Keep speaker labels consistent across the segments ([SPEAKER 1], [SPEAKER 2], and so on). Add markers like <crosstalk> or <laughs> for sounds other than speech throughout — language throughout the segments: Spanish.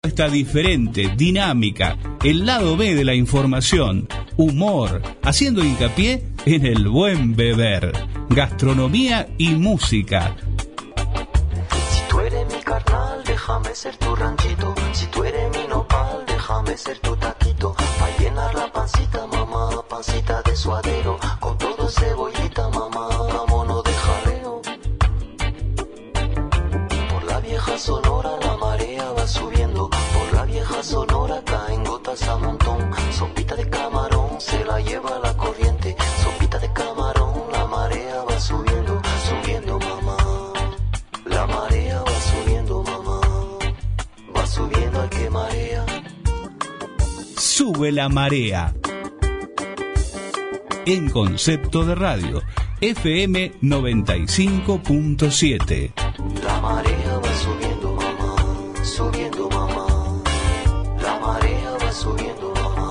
[SPEAKER 1] Está diferente, dinámica, el lado B de la información, humor, haciendo hincapié en el buen beber, gastronomía y música.
[SPEAKER 2] Si tú eres mi carnal, déjame ser tu ranchito. Si tú eres mi nopal, déjame ser tu taquito. Pa' llenar la pancita, mamá, pancita de suadero. Con todo cebollita, mamá, mono de jaleo. Por la vieja sonora la marea va subiendo. Por la vieja sonora caen gotas a montón. Sopita de camarón se la lleva la corriente. Sopita de camarón, la marea va subiendo, subiendo, mamá. La marea va subiendo, mamá. Va subiendo al que marea.
[SPEAKER 1] Sube la marea. En concepto de radio, FM 95.7.
[SPEAKER 2] La marea va subiendo, mamá, subiendo, mamá. La marea va subiendo, mamá,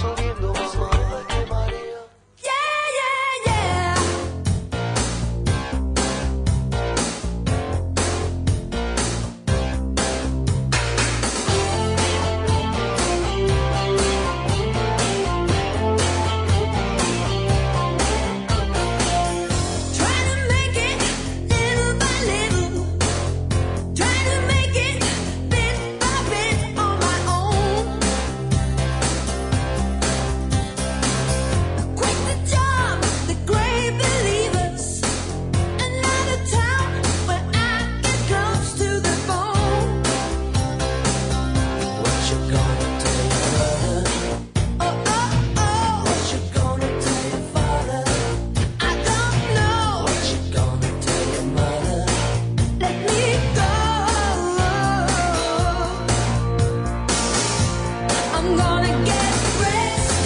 [SPEAKER 2] subiendo, mamá. Qué marea.
[SPEAKER 3] Try to make it little by little. Try to make it bit by bit on my own. Quit the job, the great believers. Another town where I get close to the bone.
[SPEAKER 2] What you gonna tell your mother?
[SPEAKER 3] Oh oh oh,
[SPEAKER 2] What you gonna tell your father?
[SPEAKER 3] I don't know.
[SPEAKER 2] What you gonna tell your mother?
[SPEAKER 3] Let me go. I'm gonna get dressed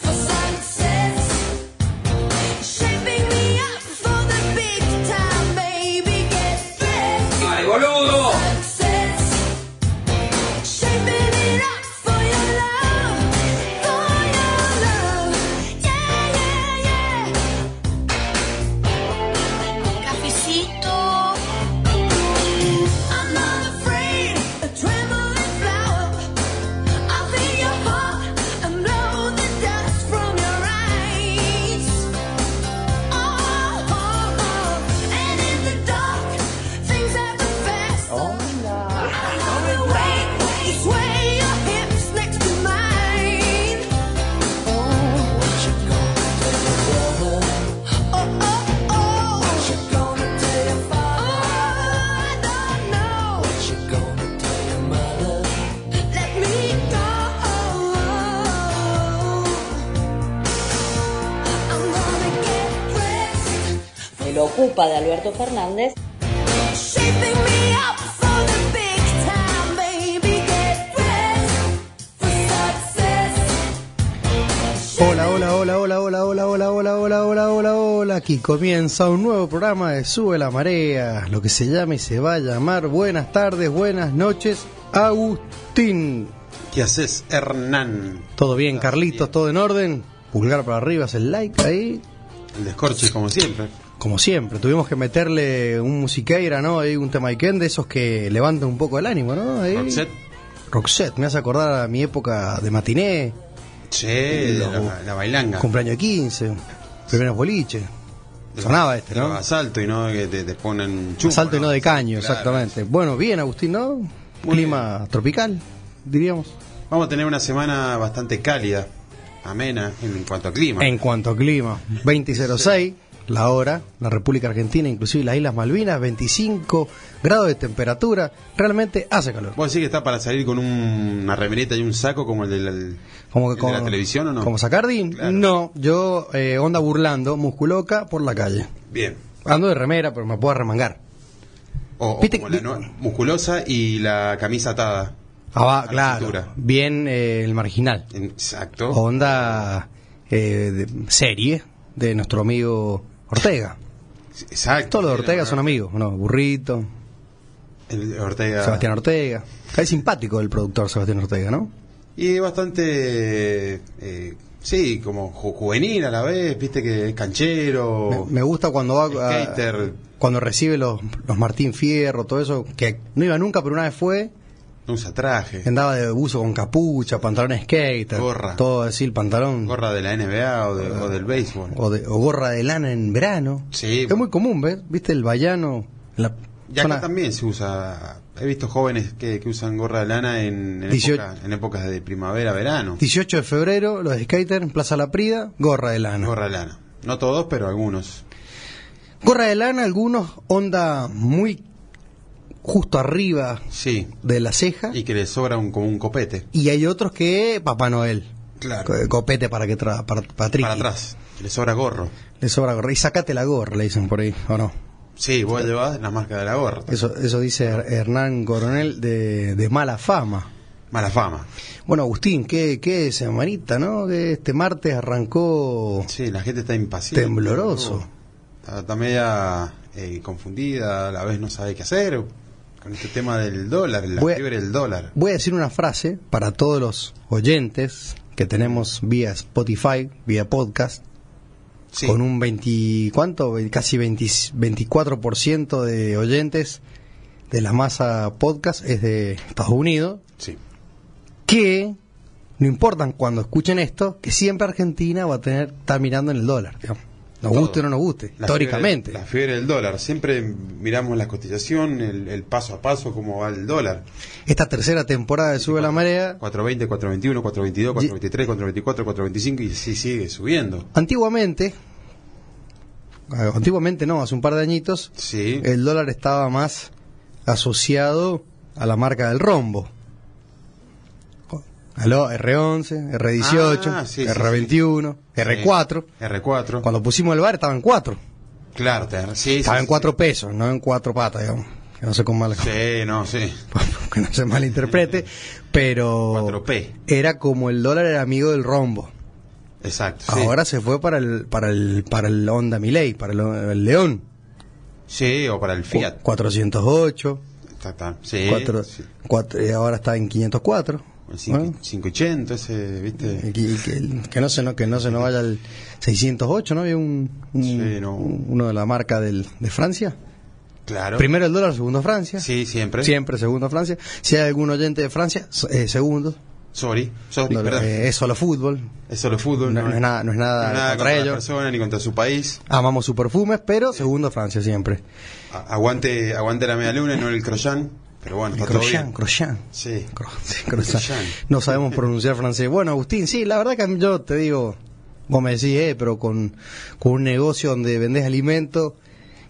[SPEAKER 3] for success, shaping me up for the big time, baby. Get dressed
[SPEAKER 4] ¡Ay, boludo!
[SPEAKER 3] for success, shaping it up for your love, for your love. Yeah, yeah, yeah. Cafecito. I'm not afraid of trembling flower. I'll hear your heart and blow the dust from your eyes. Oh, and in the dark, things happen
[SPEAKER 2] Oh,
[SPEAKER 3] faster. I know the way you sway your hips next to mine.
[SPEAKER 2] Oh, What you gonna tell your brother?
[SPEAKER 3] Oh, oh, oh,
[SPEAKER 2] What you gonna tell your
[SPEAKER 3] oh,
[SPEAKER 2] father?
[SPEAKER 3] I don't know.
[SPEAKER 2] What you gonna tell your mother?
[SPEAKER 3] Let me go. I'm gonna get dressed,
[SPEAKER 5] El Ocupa de Alberto Fernández
[SPEAKER 3] shaping me up for the big time, baby. Get dressed for success.
[SPEAKER 6] Hola, hola, hola, hola, hola, hola, hola, hola, hola, hola, hola, hola. Aquí comienza un nuevo programa de Sube la Marea, lo que se llama y se va a llamar Buenas tardes, buenas noches, Agustín.
[SPEAKER 7] ¿Qué haces, Hernán?
[SPEAKER 6] ¿Todo bien, Carlitos? ¿Todo en orden? Pulgar para arriba, es el like ahí.
[SPEAKER 7] El descorche, como siempre.
[SPEAKER 6] Como siempre, tuvimos que meterle un musiqueira, ¿no? Ahí un tema weekend de esos que levantan un poco el ánimo, ¿no? Ahí.
[SPEAKER 7] Roxette.
[SPEAKER 6] Roxette, me hace acordar a mi época de matiné,
[SPEAKER 7] Che,
[SPEAKER 6] Los-
[SPEAKER 7] la, la bailanga.
[SPEAKER 6] cumpleaños de 15, primeros boliches. Sonaba este,
[SPEAKER 7] Pero
[SPEAKER 6] ¿no?
[SPEAKER 7] Asalto y no que te, te ponen chumbo.
[SPEAKER 6] Salto y no de caño,
[SPEAKER 7] Claro.
[SPEAKER 6] exactamente. Bueno, bien, Agustín, ¿no? Clima tropical, diríamos.
[SPEAKER 7] Vamos a tener una semana bastante cálida, amena en cuanto a clima.
[SPEAKER 6] En cuanto a clima, 2006, la hora, la República Argentina, inclusive las Islas Malvinas, 25 grados de temperatura, realmente hace calor.
[SPEAKER 7] ¿Vos decís que está para salir con un- una remereta y un saco como el de la, el-
[SPEAKER 6] Como
[SPEAKER 7] el
[SPEAKER 6] que
[SPEAKER 7] de la televisión o no?
[SPEAKER 6] Como Sacardín.
[SPEAKER 7] Claro.
[SPEAKER 6] No, yo eh, onda burlando, musculoca, por la calle.
[SPEAKER 7] Bien.
[SPEAKER 6] Ando de remera, pero me puedo remangar.
[SPEAKER 7] O, o
[SPEAKER 6] Viste
[SPEAKER 7] como
[SPEAKER 6] que-
[SPEAKER 7] la no- musculosa y la camisa atada.
[SPEAKER 6] Ah, va,
[SPEAKER 7] la
[SPEAKER 6] claro.
[SPEAKER 7] cintura.
[SPEAKER 6] Bien eh, el marginal.
[SPEAKER 7] Exacto.
[SPEAKER 6] Onda eh, de- serie de nuestro amigo Ortega.
[SPEAKER 7] Exacto.
[SPEAKER 6] Todos los de Ortega son amigos, ¿no? Burrito,
[SPEAKER 7] El Ortega.
[SPEAKER 6] Sebastián Ortega. Es simpático el productor Sebastián Ortega, ¿no?
[SPEAKER 7] Y es bastante, eh, sí, como ju- juvenil a la vez, viste que es canchero.
[SPEAKER 6] Me, me gusta cuando ah, va a-
[SPEAKER 7] Oh. Skater.
[SPEAKER 6] cuando recibe los, los Martín Fierro, todo eso, que no iba nunca, pero una vez fue
[SPEAKER 7] No usa traje.
[SPEAKER 6] Andaba de buzo con capucha, pantalón skater,
[SPEAKER 7] Gorra.
[SPEAKER 6] todo así, el pantalón
[SPEAKER 7] Gorra de la NBA o, de- o del béisbol.
[SPEAKER 6] o, de- o gorra de lana en verano.
[SPEAKER 7] Sí.
[SPEAKER 6] Es muy común, ¿ves? ¿Viste el vallano? en la
[SPEAKER 7] Y acá
[SPEAKER 6] zona-
[SPEAKER 7] también se usa. He visto jóvenes que, que usan gorra de lana en, en,
[SPEAKER 6] Dieciocho-
[SPEAKER 7] época- en épocas de primavera, verano.
[SPEAKER 6] 18 de febrero, los skaters en Plaza La Prida, gorra de lana.
[SPEAKER 7] Gorra de lana. No todos, pero algunos.
[SPEAKER 6] Gorra de lana, algunos onda muy justo arriba
[SPEAKER 7] Sí.
[SPEAKER 6] de la ceja.
[SPEAKER 7] Y que les sobra un, como un copete.
[SPEAKER 6] Y hay otros que Papá Noel.
[SPEAKER 7] Claro.
[SPEAKER 6] Co- Copete para que tra para, para triqui.
[SPEAKER 7] Para atrás. Que les sobra gorro.
[SPEAKER 6] Le sobra gorra. Y sacate la gorra, le dicen por ahí, ¿o no?
[SPEAKER 7] Sí, vos llevás la marca de la gorra.
[SPEAKER 6] Eso, eso dice Her- Hernán Coronel de, de mala fama.
[SPEAKER 7] Mala fama.
[SPEAKER 6] Bueno, Agustín, qué, qué semanita, ¿no? Que este martes arrancó
[SPEAKER 7] Sí, la gente está impaciente.
[SPEAKER 6] Tembloroso.
[SPEAKER 7] Está, está media eh, confundida, a la vez no sabe qué hacer. Con este tema del dólar, la
[SPEAKER 6] Voy a-
[SPEAKER 7] fiebre del dólar.
[SPEAKER 6] Voy a decir una frase para todos los oyentes que tenemos vía Spotify, vía podcast,
[SPEAKER 7] Sí,
[SPEAKER 6] con un 20, ¿cuánto? Ve- Casi 20 24% de oyentes de la masa podcast es de Estados Unidos,
[SPEAKER 7] sí.
[SPEAKER 6] que no importan cuando escuchen esto, que siempre Argentina va a tener estar mirando en el dólar, digamos. Nos
[SPEAKER 7] Todo.
[SPEAKER 6] guste o no nos guste,
[SPEAKER 7] La
[SPEAKER 6] históricamente.
[SPEAKER 7] fiebre- la fiebre del dólar. Siempre miramos la cotización, el, el paso a paso, cómo va el dólar.
[SPEAKER 6] Esta tercera temporada de Sube la Marea
[SPEAKER 7] 420, 421, 422, 423, 424, 425 y sí sigue subiendo.
[SPEAKER 6] Antiguamente, eh, antiguamente no, hace un par de añitos,
[SPEAKER 7] Sí.
[SPEAKER 6] el dólar estaba más asociado a la marca del rombo. Aló, R11, R18,
[SPEAKER 7] Ah, sí, sí,
[SPEAKER 6] R21, R4.
[SPEAKER 7] Sí, R4.
[SPEAKER 6] Cuando pusimos el bar estaba en 4.
[SPEAKER 7] Claro, te- sí, sí,
[SPEAKER 6] Estaba en
[SPEAKER 7] sí.
[SPEAKER 6] 4 pesos, no en 4 patas, digamos. Que no sé cómo mal- <laughs>
[SPEAKER 7] Sí, no, sí.
[SPEAKER 6] que no se malinterprete, pero
[SPEAKER 7] 4P.
[SPEAKER 6] era como el dólar era amigo del rombo.
[SPEAKER 7] Exacto. sí.
[SPEAKER 6] Ahora se fue para el para el para el Honda Milei, para el, el León.
[SPEAKER 7] Sí, o para el
[SPEAKER 6] Cu-
[SPEAKER 7] Fiat.
[SPEAKER 6] 408,
[SPEAKER 7] Ta- ta- Sí.
[SPEAKER 6] cuatro-
[SPEAKER 7] Eh, sí.
[SPEAKER 6] cuatro- eh, ahora está en 504.
[SPEAKER 7] El cinco-
[SPEAKER 6] ¿no?
[SPEAKER 7] 580, ese,
[SPEAKER 6] Y
[SPEAKER 7] ¿viste?
[SPEAKER 6] Que, y que- que no se no que no se nos vaya al 608, ¿no? Había un, un-
[SPEAKER 7] Sí, no.
[SPEAKER 6] uno de la marca del, de Francia.
[SPEAKER 7] Claro.
[SPEAKER 6] Primero el dólar, segundo Francia.
[SPEAKER 7] Sí, siempre.
[SPEAKER 6] Siempre segundo Francia. Si hay algún oyente de Francia, so- eh, segundo.
[SPEAKER 7] Sorry. Sorry,
[SPEAKER 6] No,
[SPEAKER 7] perdón.
[SPEAKER 6] eh, es solo fútbol.
[SPEAKER 7] es solo fútbol.
[SPEAKER 6] no, no es nada- no es nada contra
[SPEAKER 7] contra la
[SPEAKER 6] ellos.
[SPEAKER 7] persona ni contra su país.
[SPEAKER 6] Amamos sus perfumes, pero segundo Francia siempre.
[SPEAKER 7] A- aguante, aguante la media luna, no el crochán. Pero bueno, está todo
[SPEAKER 6] Crochán,
[SPEAKER 7] bien.
[SPEAKER 6] Crochán.
[SPEAKER 7] Sí.
[SPEAKER 6] Cro- <laughs> sí, croissant.
[SPEAKER 7] Croissant.
[SPEAKER 6] No sabemos pronunciar francés. Bueno, Agustín, sí, la verdad que yo te digo, vos me decís, eh, pero con, con un negocio donde vendés alimentos,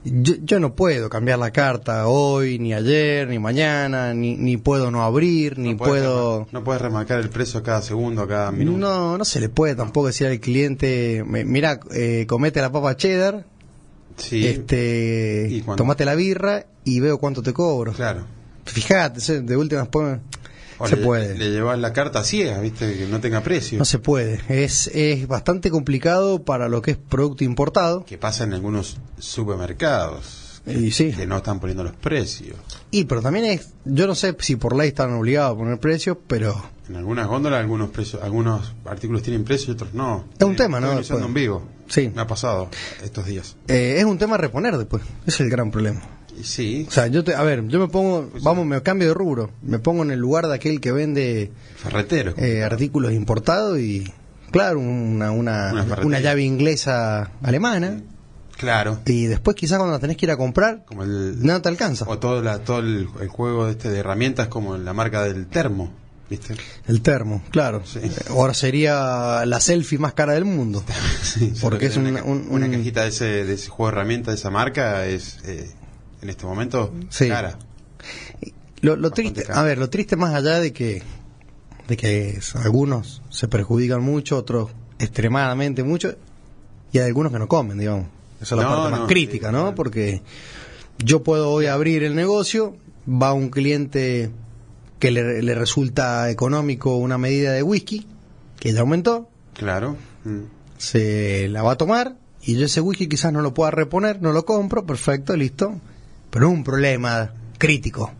[SPEAKER 6] yo, yo no puedo cambiar la carta hoy, ni ayer, ni mañana, ni, ni puedo no abrir, ni
[SPEAKER 7] No puedes
[SPEAKER 6] puedo...
[SPEAKER 7] remar- No puedes remarcar el precio a cada segundo, a cada minuto.
[SPEAKER 6] No, no se le puede tampoco decir al cliente, "Me- mira, eh, comete la papa cheddar,
[SPEAKER 7] Sí.
[SPEAKER 6] este,
[SPEAKER 7] ¿Y cuándo?
[SPEAKER 6] tomate la birra y veo cuánto te cobro.
[SPEAKER 7] Claro.
[SPEAKER 6] Fijate, se- de últimas pon-
[SPEAKER 7] O
[SPEAKER 6] se
[SPEAKER 7] le,
[SPEAKER 6] puede.
[SPEAKER 7] Le llevas la carta ciega, ¿viste? Que no tenga precio.
[SPEAKER 6] No se puede. Es, es bastante complicado para lo que es producto importado.
[SPEAKER 7] Que pasa en algunos supermercados.
[SPEAKER 6] Y sí.
[SPEAKER 7] Que no están poniendo los precios.
[SPEAKER 6] Y pero también es, yo no sé si por ley están obligados a poner precios, pero
[SPEAKER 7] En algunas góndolas algunos precios, algunos artículos tienen precio y otros no.
[SPEAKER 6] Es un tema, ¿no?
[SPEAKER 7] Estoy anunciando en vivo.
[SPEAKER 6] Sí.
[SPEAKER 7] Me ha pasado estos días.
[SPEAKER 6] eh, es un tema a reponer después. Ese es el gran problema.
[SPEAKER 7] Y sí,
[SPEAKER 6] O sea, yo te, a ver, yo me pongo,
[SPEAKER 7] Pues sí.
[SPEAKER 6] vamos, me cambio de rubro, me pongo en el lugar de aquel que vende
[SPEAKER 7] ferretero.
[SPEAKER 6] eh, artículos importados y, claro, una, una,
[SPEAKER 7] Una
[SPEAKER 6] una,
[SPEAKER 7] ferretería.
[SPEAKER 6] llave inglesa alemana.
[SPEAKER 7] claro.
[SPEAKER 6] Y después quizás cuando la tenés que ir a comprar,
[SPEAKER 7] Como el,
[SPEAKER 6] no te alcanza.
[SPEAKER 7] o todo, la, todo el, el juego este de herramientas como la marca del termo, ¿viste?
[SPEAKER 6] El termo, claro.
[SPEAKER 7] Sí.
[SPEAKER 6] Eh, Ahora sería la selfie más cara del mundo.
[SPEAKER 7] <laughs> Sí, solo
[SPEAKER 6] Porque
[SPEAKER 7] que
[SPEAKER 6] es
[SPEAKER 7] tiene
[SPEAKER 6] una-
[SPEAKER 7] ca-
[SPEAKER 6] un-
[SPEAKER 7] una
[SPEAKER 6] un-
[SPEAKER 7] cajita de ese, de ese juego de herramientas de esa marca es eh, en este momento
[SPEAKER 6] Sí.
[SPEAKER 7] cara.
[SPEAKER 6] Lo, lo
[SPEAKER 7] Bastante
[SPEAKER 6] triste,
[SPEAKER 7] caro.
[SPEAKER 6] a ver, lo triste más allá de que, de que es- algunos se perjudican mucho, otros extremadamente mucho, y hay algunos que no comen, digamos. Esa es la
[SPEAKER 7] No,
[SPEAKER 6] parte
[SPEAKER 7] no,
[SPEAKER 6] más crítica,
[SPEAKER 7] sí,
[SPEAKER 6] ¿no?
[SPEAKER 7] claro.
[SPEAKER 6] Porque yo puedo hoy abrir el negocio, va un cliente que le, le resulta económico una medida de whisky, que ya aumentó,
[SPEAKER 7] Claro. Mm.
[SPEAKER 6] se la va a tomar y yo ese whisky quizás no lo pueda reponer, no lo compro, perfecto, listo. Pero un problema crítico.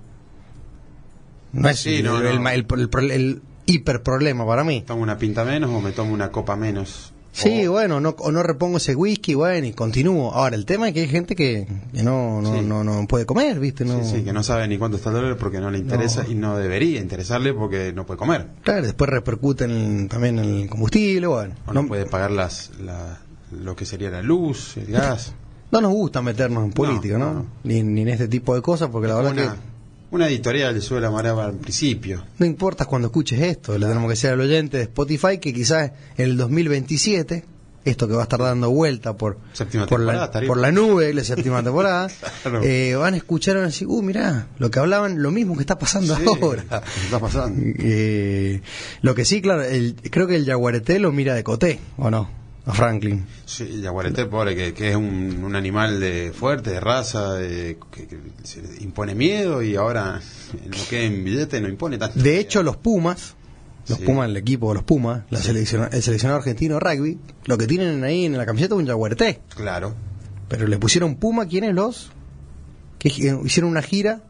[SPEAKER 6] No es
[SPEAKER 7] Sí,
[SPEAKER 6] el,
[SPEAKER 7] no, no.
[SPEAKER 6] el ma- el pro- el pro- el hiperproblema para mí.
[SPEAKER 7] Tomo una pinta menos o me tomo una copa menos.
[SPEAKER 6] Sí, bueno, no, o no repongo ese whisky, bueno, y continúo. Ahora, el tema es que hay gente que, que no, no,
[SPEAKER 7] Sí.
[SPEAKER 6] no, no puede comer, ¿viste? No,
[SPEAKER 7] Sí, sí, que no sabe ni cuánto está el dólar porque no le interesa y no debería interesarle porque no puede comer.
[SPEAKER 6] Claro, después repercute en el- también en el combustible, bueno.
[SPEAKER 7] O no,
[SPEAKER 6] No,
[SPEAKER 7] puede pagar las, la- lo que sería la luz, el
[SPEAKER 6] <laughs>
[SPEAKER 7] gas.
[SPEAKER 6] no nos gusta meternos en política, ¿no?
[SPEAKER 7] no.
[SPEAKER 6] Ni, ni en este tipo de cosas, porque la verdad
[SPEAKER 7] una,
[SPEAKER 6] que
[SPEAKER 7] una editorial le sube la marea al principio.
[SPEAKER 6] no importa cuando escuches esto, le tenemos que decir al oyente de Spotify que quizás en el 2027, esto que va a estar dando vuelta por,
[SPEAKER 7] Séptima
[SPEAKER 6] por,
[SPEAKER 7] temporada,
[SPEAKER 6] la,
[SPEAKER 7] estaría.
[SPEAKER 6] por la nube, la séptima
[SPEAKER 7] <laughs>
[SPEAKER 6] temporada,
[SPEAKER 7] Claro.
[SPEAKER 6] eh, van a escuchar y van a decir, uh, mirá, lo que hablaban, lo mismo que está pasando
[SPEAKER 7] Sí,
[SPEAKER 6] ahora.
[SPEAKER 7] ¿qué está pasando?
[SPEAKER 6] Eh, lo que sí, claro, el- creo que el yaguareté lo mira de coté, ¿o no? A Franklin.
[SPEAKER 7] Sí, el yaguareté, pobre, que, que es un, un animal de fuerte, de raza, de- que, que se le impone miedo y ahora en lo que es en billete no impone tanto.
[SPEAKER 6] De hecho, los Pumas, los
[SPEAKER 7] Sí.
[SPEAKER 6] Pumas, el equipo de los Pumas, la selecciona- el seleccionado argentino de rugby, lo que tienen ahí en la camiseta es un yaguareté.
[SPEAKER 7] Claro.
[SPEAKER 6] Pero le pusieron Puma, ¿quiénes los? Que gi- eh, hicieron una gira,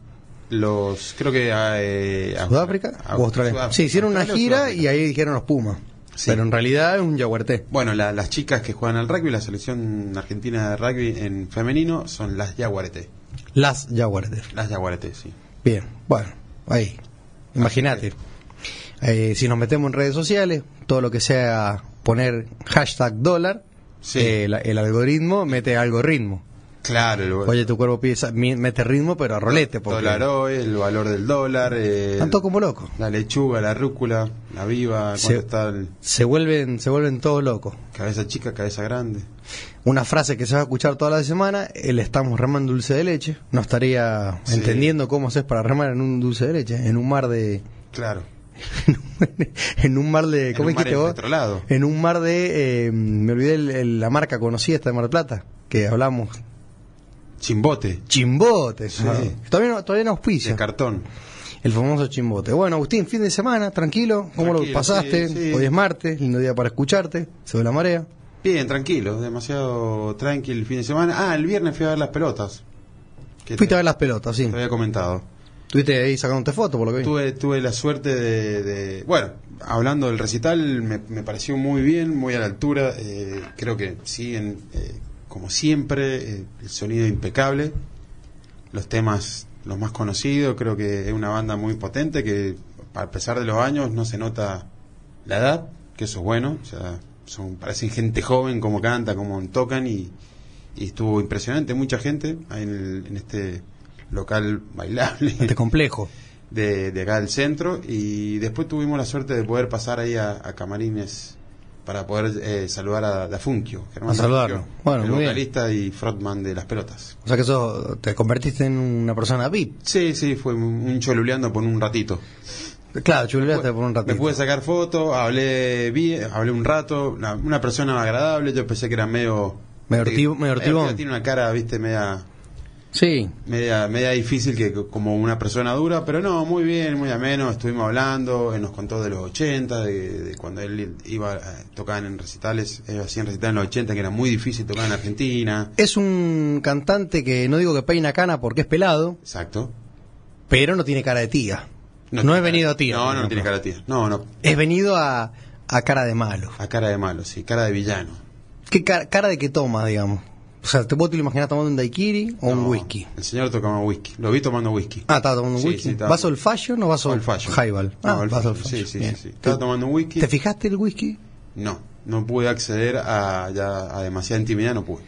[SPEAKER 7] Los, creo que... a, eh, a-
[SPEAKER 6] Sudáfrica
[SPEAKER 7] a-
[SPEAKER 6] o Australia.
[SPEAKER 7] Sudáfrica.
[SPEAKER 6] Sí, hicieron una
[SPEAKER 7] Australia o
[SPEAKER 6] gira
[SPEAKER 7] Sudáfrica.
[SPEAKER 6] y ahí dijeron los Pumas.
[SPEAKER 7] Sí.
[SPEAKER 6] Pero en realidad es un yaguareté.
[SPEAKER 7] Bueno, la- las chicas que juegan al rugby, la selección argentina de rugby en femenino son las yaguareté.
[SPEAKER 6] Las yaguaretes.
[SPEAKER 7] Las yaguareté, sí.
[SPEAKER 6] Bien, bueno, ahí. Imagínate. Eh, si nos metemos en redes sociales, todo lo que sea poner hashtag dólar,
[SPEAKER 7] Sí.
[SPEAKER 6] eh, la- el algoritmo mete algo ritmo.
[SPEAKER 7] Claro, el,
[SPEAKER 6] Oye, tu cuerpo pide, esa- mi- mete ritmo, pero a rolete. Porque
[SPEAKER 7] dólares, el valor del dólar, eh,
[SPEAKER 6] tanto como loco.
[SPEAKER 7] la lechuga, la rúcula, la viva, cuánto
[SPEAKER 6] Se-
[SPEAKER 7] está el
[SPEAKER 6] Se vuelven, se vuelven todos locos.
[SPEAKER 7] cabeza chica, cabeza grande.
[SPEAKER 6] Una frase que se va a escuchar toda la semana, el estamos remando dulce de leche. No estaría
[SPEAKER 7] Sí.
[SPEAKER 6] entendiendo cómo haces para remar en un dulce de leche, en un mar de... <laughs>
[SPEAKER 7] Claro.
[SPEAKER 6] en un mar de...
[SPEAKER 7] En
[SPEAKER 6] Eh, ¿Cómo
[SPEAKER 7] un mar
[SPEAKER 6] dijiste vos? Eh,
[SPEAKER 7] empetrolado.
[SPEAKER 6] En un mar de... eh, me olvidé el- el- la marca conocida esta de Mar del Plata, que hablamos.
[SPEAKER 7] Chimbote,
[SPEAKER 6] Chimbotes.
[SPEAKER 7] Sí.
[SPEAKER 6] ¿no? Todavía no, todavía no auspicia.
[SPEAKER 7] de cartón.
[SPEAKER 6] El famoso chimbote. Bueno, Agustín, fin de semana, tranquilo. ¿Cómo lo
[SPEAKER 7] Tranquilo,
[SPEAKER 6] pasaste?
[SPEAKER 7] sí, sí.
[SPEAKER 6] Hoy es martes, lindo día para escucharte. Sobre la marea.
[SPEAKER 7] Bien, tranquilo, demasiado tranquilo el fin de semana. Ah, el viernes fui a ver las pelotas. Que
[SPEAKER 6] Fuiste
[SPEAKER 7] te,
[SPEAKER 6] a ver las pelotas, sí.
[SPEAKER 7] te había comentado.
[SPEAKER 6] Estuviste ahí sacándote fotos, por lo que vi.
[SPEAKER 7] Tuve, tuve la suerte de, de- Bueno, hablando del recital, me, me pareció muy bien, muy a la altura. eh, creo que siguen, eh, como siempre, eh, el sonido impecable. Los temas, los más conocidos. Creo que es una banda muy potente que, a pesar de los años, no se nota la edad, que eso es bueno. O sea, son, parecen gente joven, como canta, como tocan y, y estuvo impresionante. Mucha gente ahí en, el- en este local bailable
[SPEAKER 6] Este complejo.
[SPEAKER 7] de, de acá del centro y después tuvimos la suerte de poder pasar ahí a, a Camarines para poder eh, saludar a, a Funkio, Germán
[SPEAKER 6] A saludarlo.
[SPEAKER 7] Dafunquio,
[SPEAKER 6] Bueno,
[SPEAKER 7] el
[SPEAKER 6] muy bien.
[SPEAKER 7] vocalista y frontman de Las Pelotas.
[SPEAKER 6] O sea que eso te convertiste en una persona VIP.
[SPEAKER 7] Sí, sí, fue un un choluleando por un ratito.
[SPEAKER 6] Claro, chuleaste por un ratito.
[SPEAKER 7] Me pude sacar fotos, hablé bien, hablé un rato, una, una persona agradable, yo pensé que era medio...
[SPEAKER 6] Medio
[SPEAKER 7] que-
[SPEAKER 6] hortivo- medio hortivón.
[SPEAKER 7] Tiene una cara, viste, media
[SPEAKER 6] Sí.
[SPEAKER 7] media, media difícil que co- como una persona dura, pero no, muy bien, muy ameno, estuvimos hablando, él nos contó de los 80, de, de cuando él iba, eh, tocaban en recitales, ellos hacían recitales en los 80, que era muy difícil tocar en Argentina,
[SPEAKER 6] Es un cantante que no digo que peina cana porque es pelado,
[SPEAKER 7] exacto.
[SPEAKER 6] pero no tiene cara de tía. No,
[SPEAKER 7] tiene
[SPEAKER 6] es venido
[SPEAKER 7] cara-
[SPEAKER 6] a tía.
[SPEAKER 7] No,
[SPEAKER 6] por
[SPEAKER 7] no, no
[SPEAKER 6] ejemplo.
[SPEAKER 7] tiene cara de tía, no, no,
[SPEAKER 6] Es venido a, a cara de malo.
[SPEAKER 7] a cara de malo, sí, cara de villano.
[SPEAKER 6] ¿Qué cara, cara de que toma, digamos? O sea, ¿te vos te lo imaginas tomando un daiquiri o un
[SPEAKER 7] No,
[SPEAKER 6] whisky?
[SPEAKER 7] El señor tocaba whisky, lo vi tomando whisky.
[SPEAKER 6] Ah, estaba tomando un
[SPEAKER 7] Sí,
[SPEAKER 6] whisky.
[SPEAKER 7] sí, estaba-
[SPEAKER 6] ¿Vaso el fashion o vaso el
[SPEAKER 7] Old Fashion.
[SPEAKER 6] highball?
[SPEAKER 7] No,
[SPEAKER 6] Ah,
[SPEAKER 7] Old
[SPEAKER 6] vaso
[SPEAKER 7] Fashion,
[SPEAKER 6] Fashion,
[SPEAKER 7] sí, sí,
[SPEAKER 6] bien.
[SPEAKER 7] sí, sí. Estaba tomando un whisky.
[SPEAKER 6] ¿Te fijaste el whisky?
[SPEAKER 7] No, no pude acceder a, ya, a demasiada intimidad, no pude.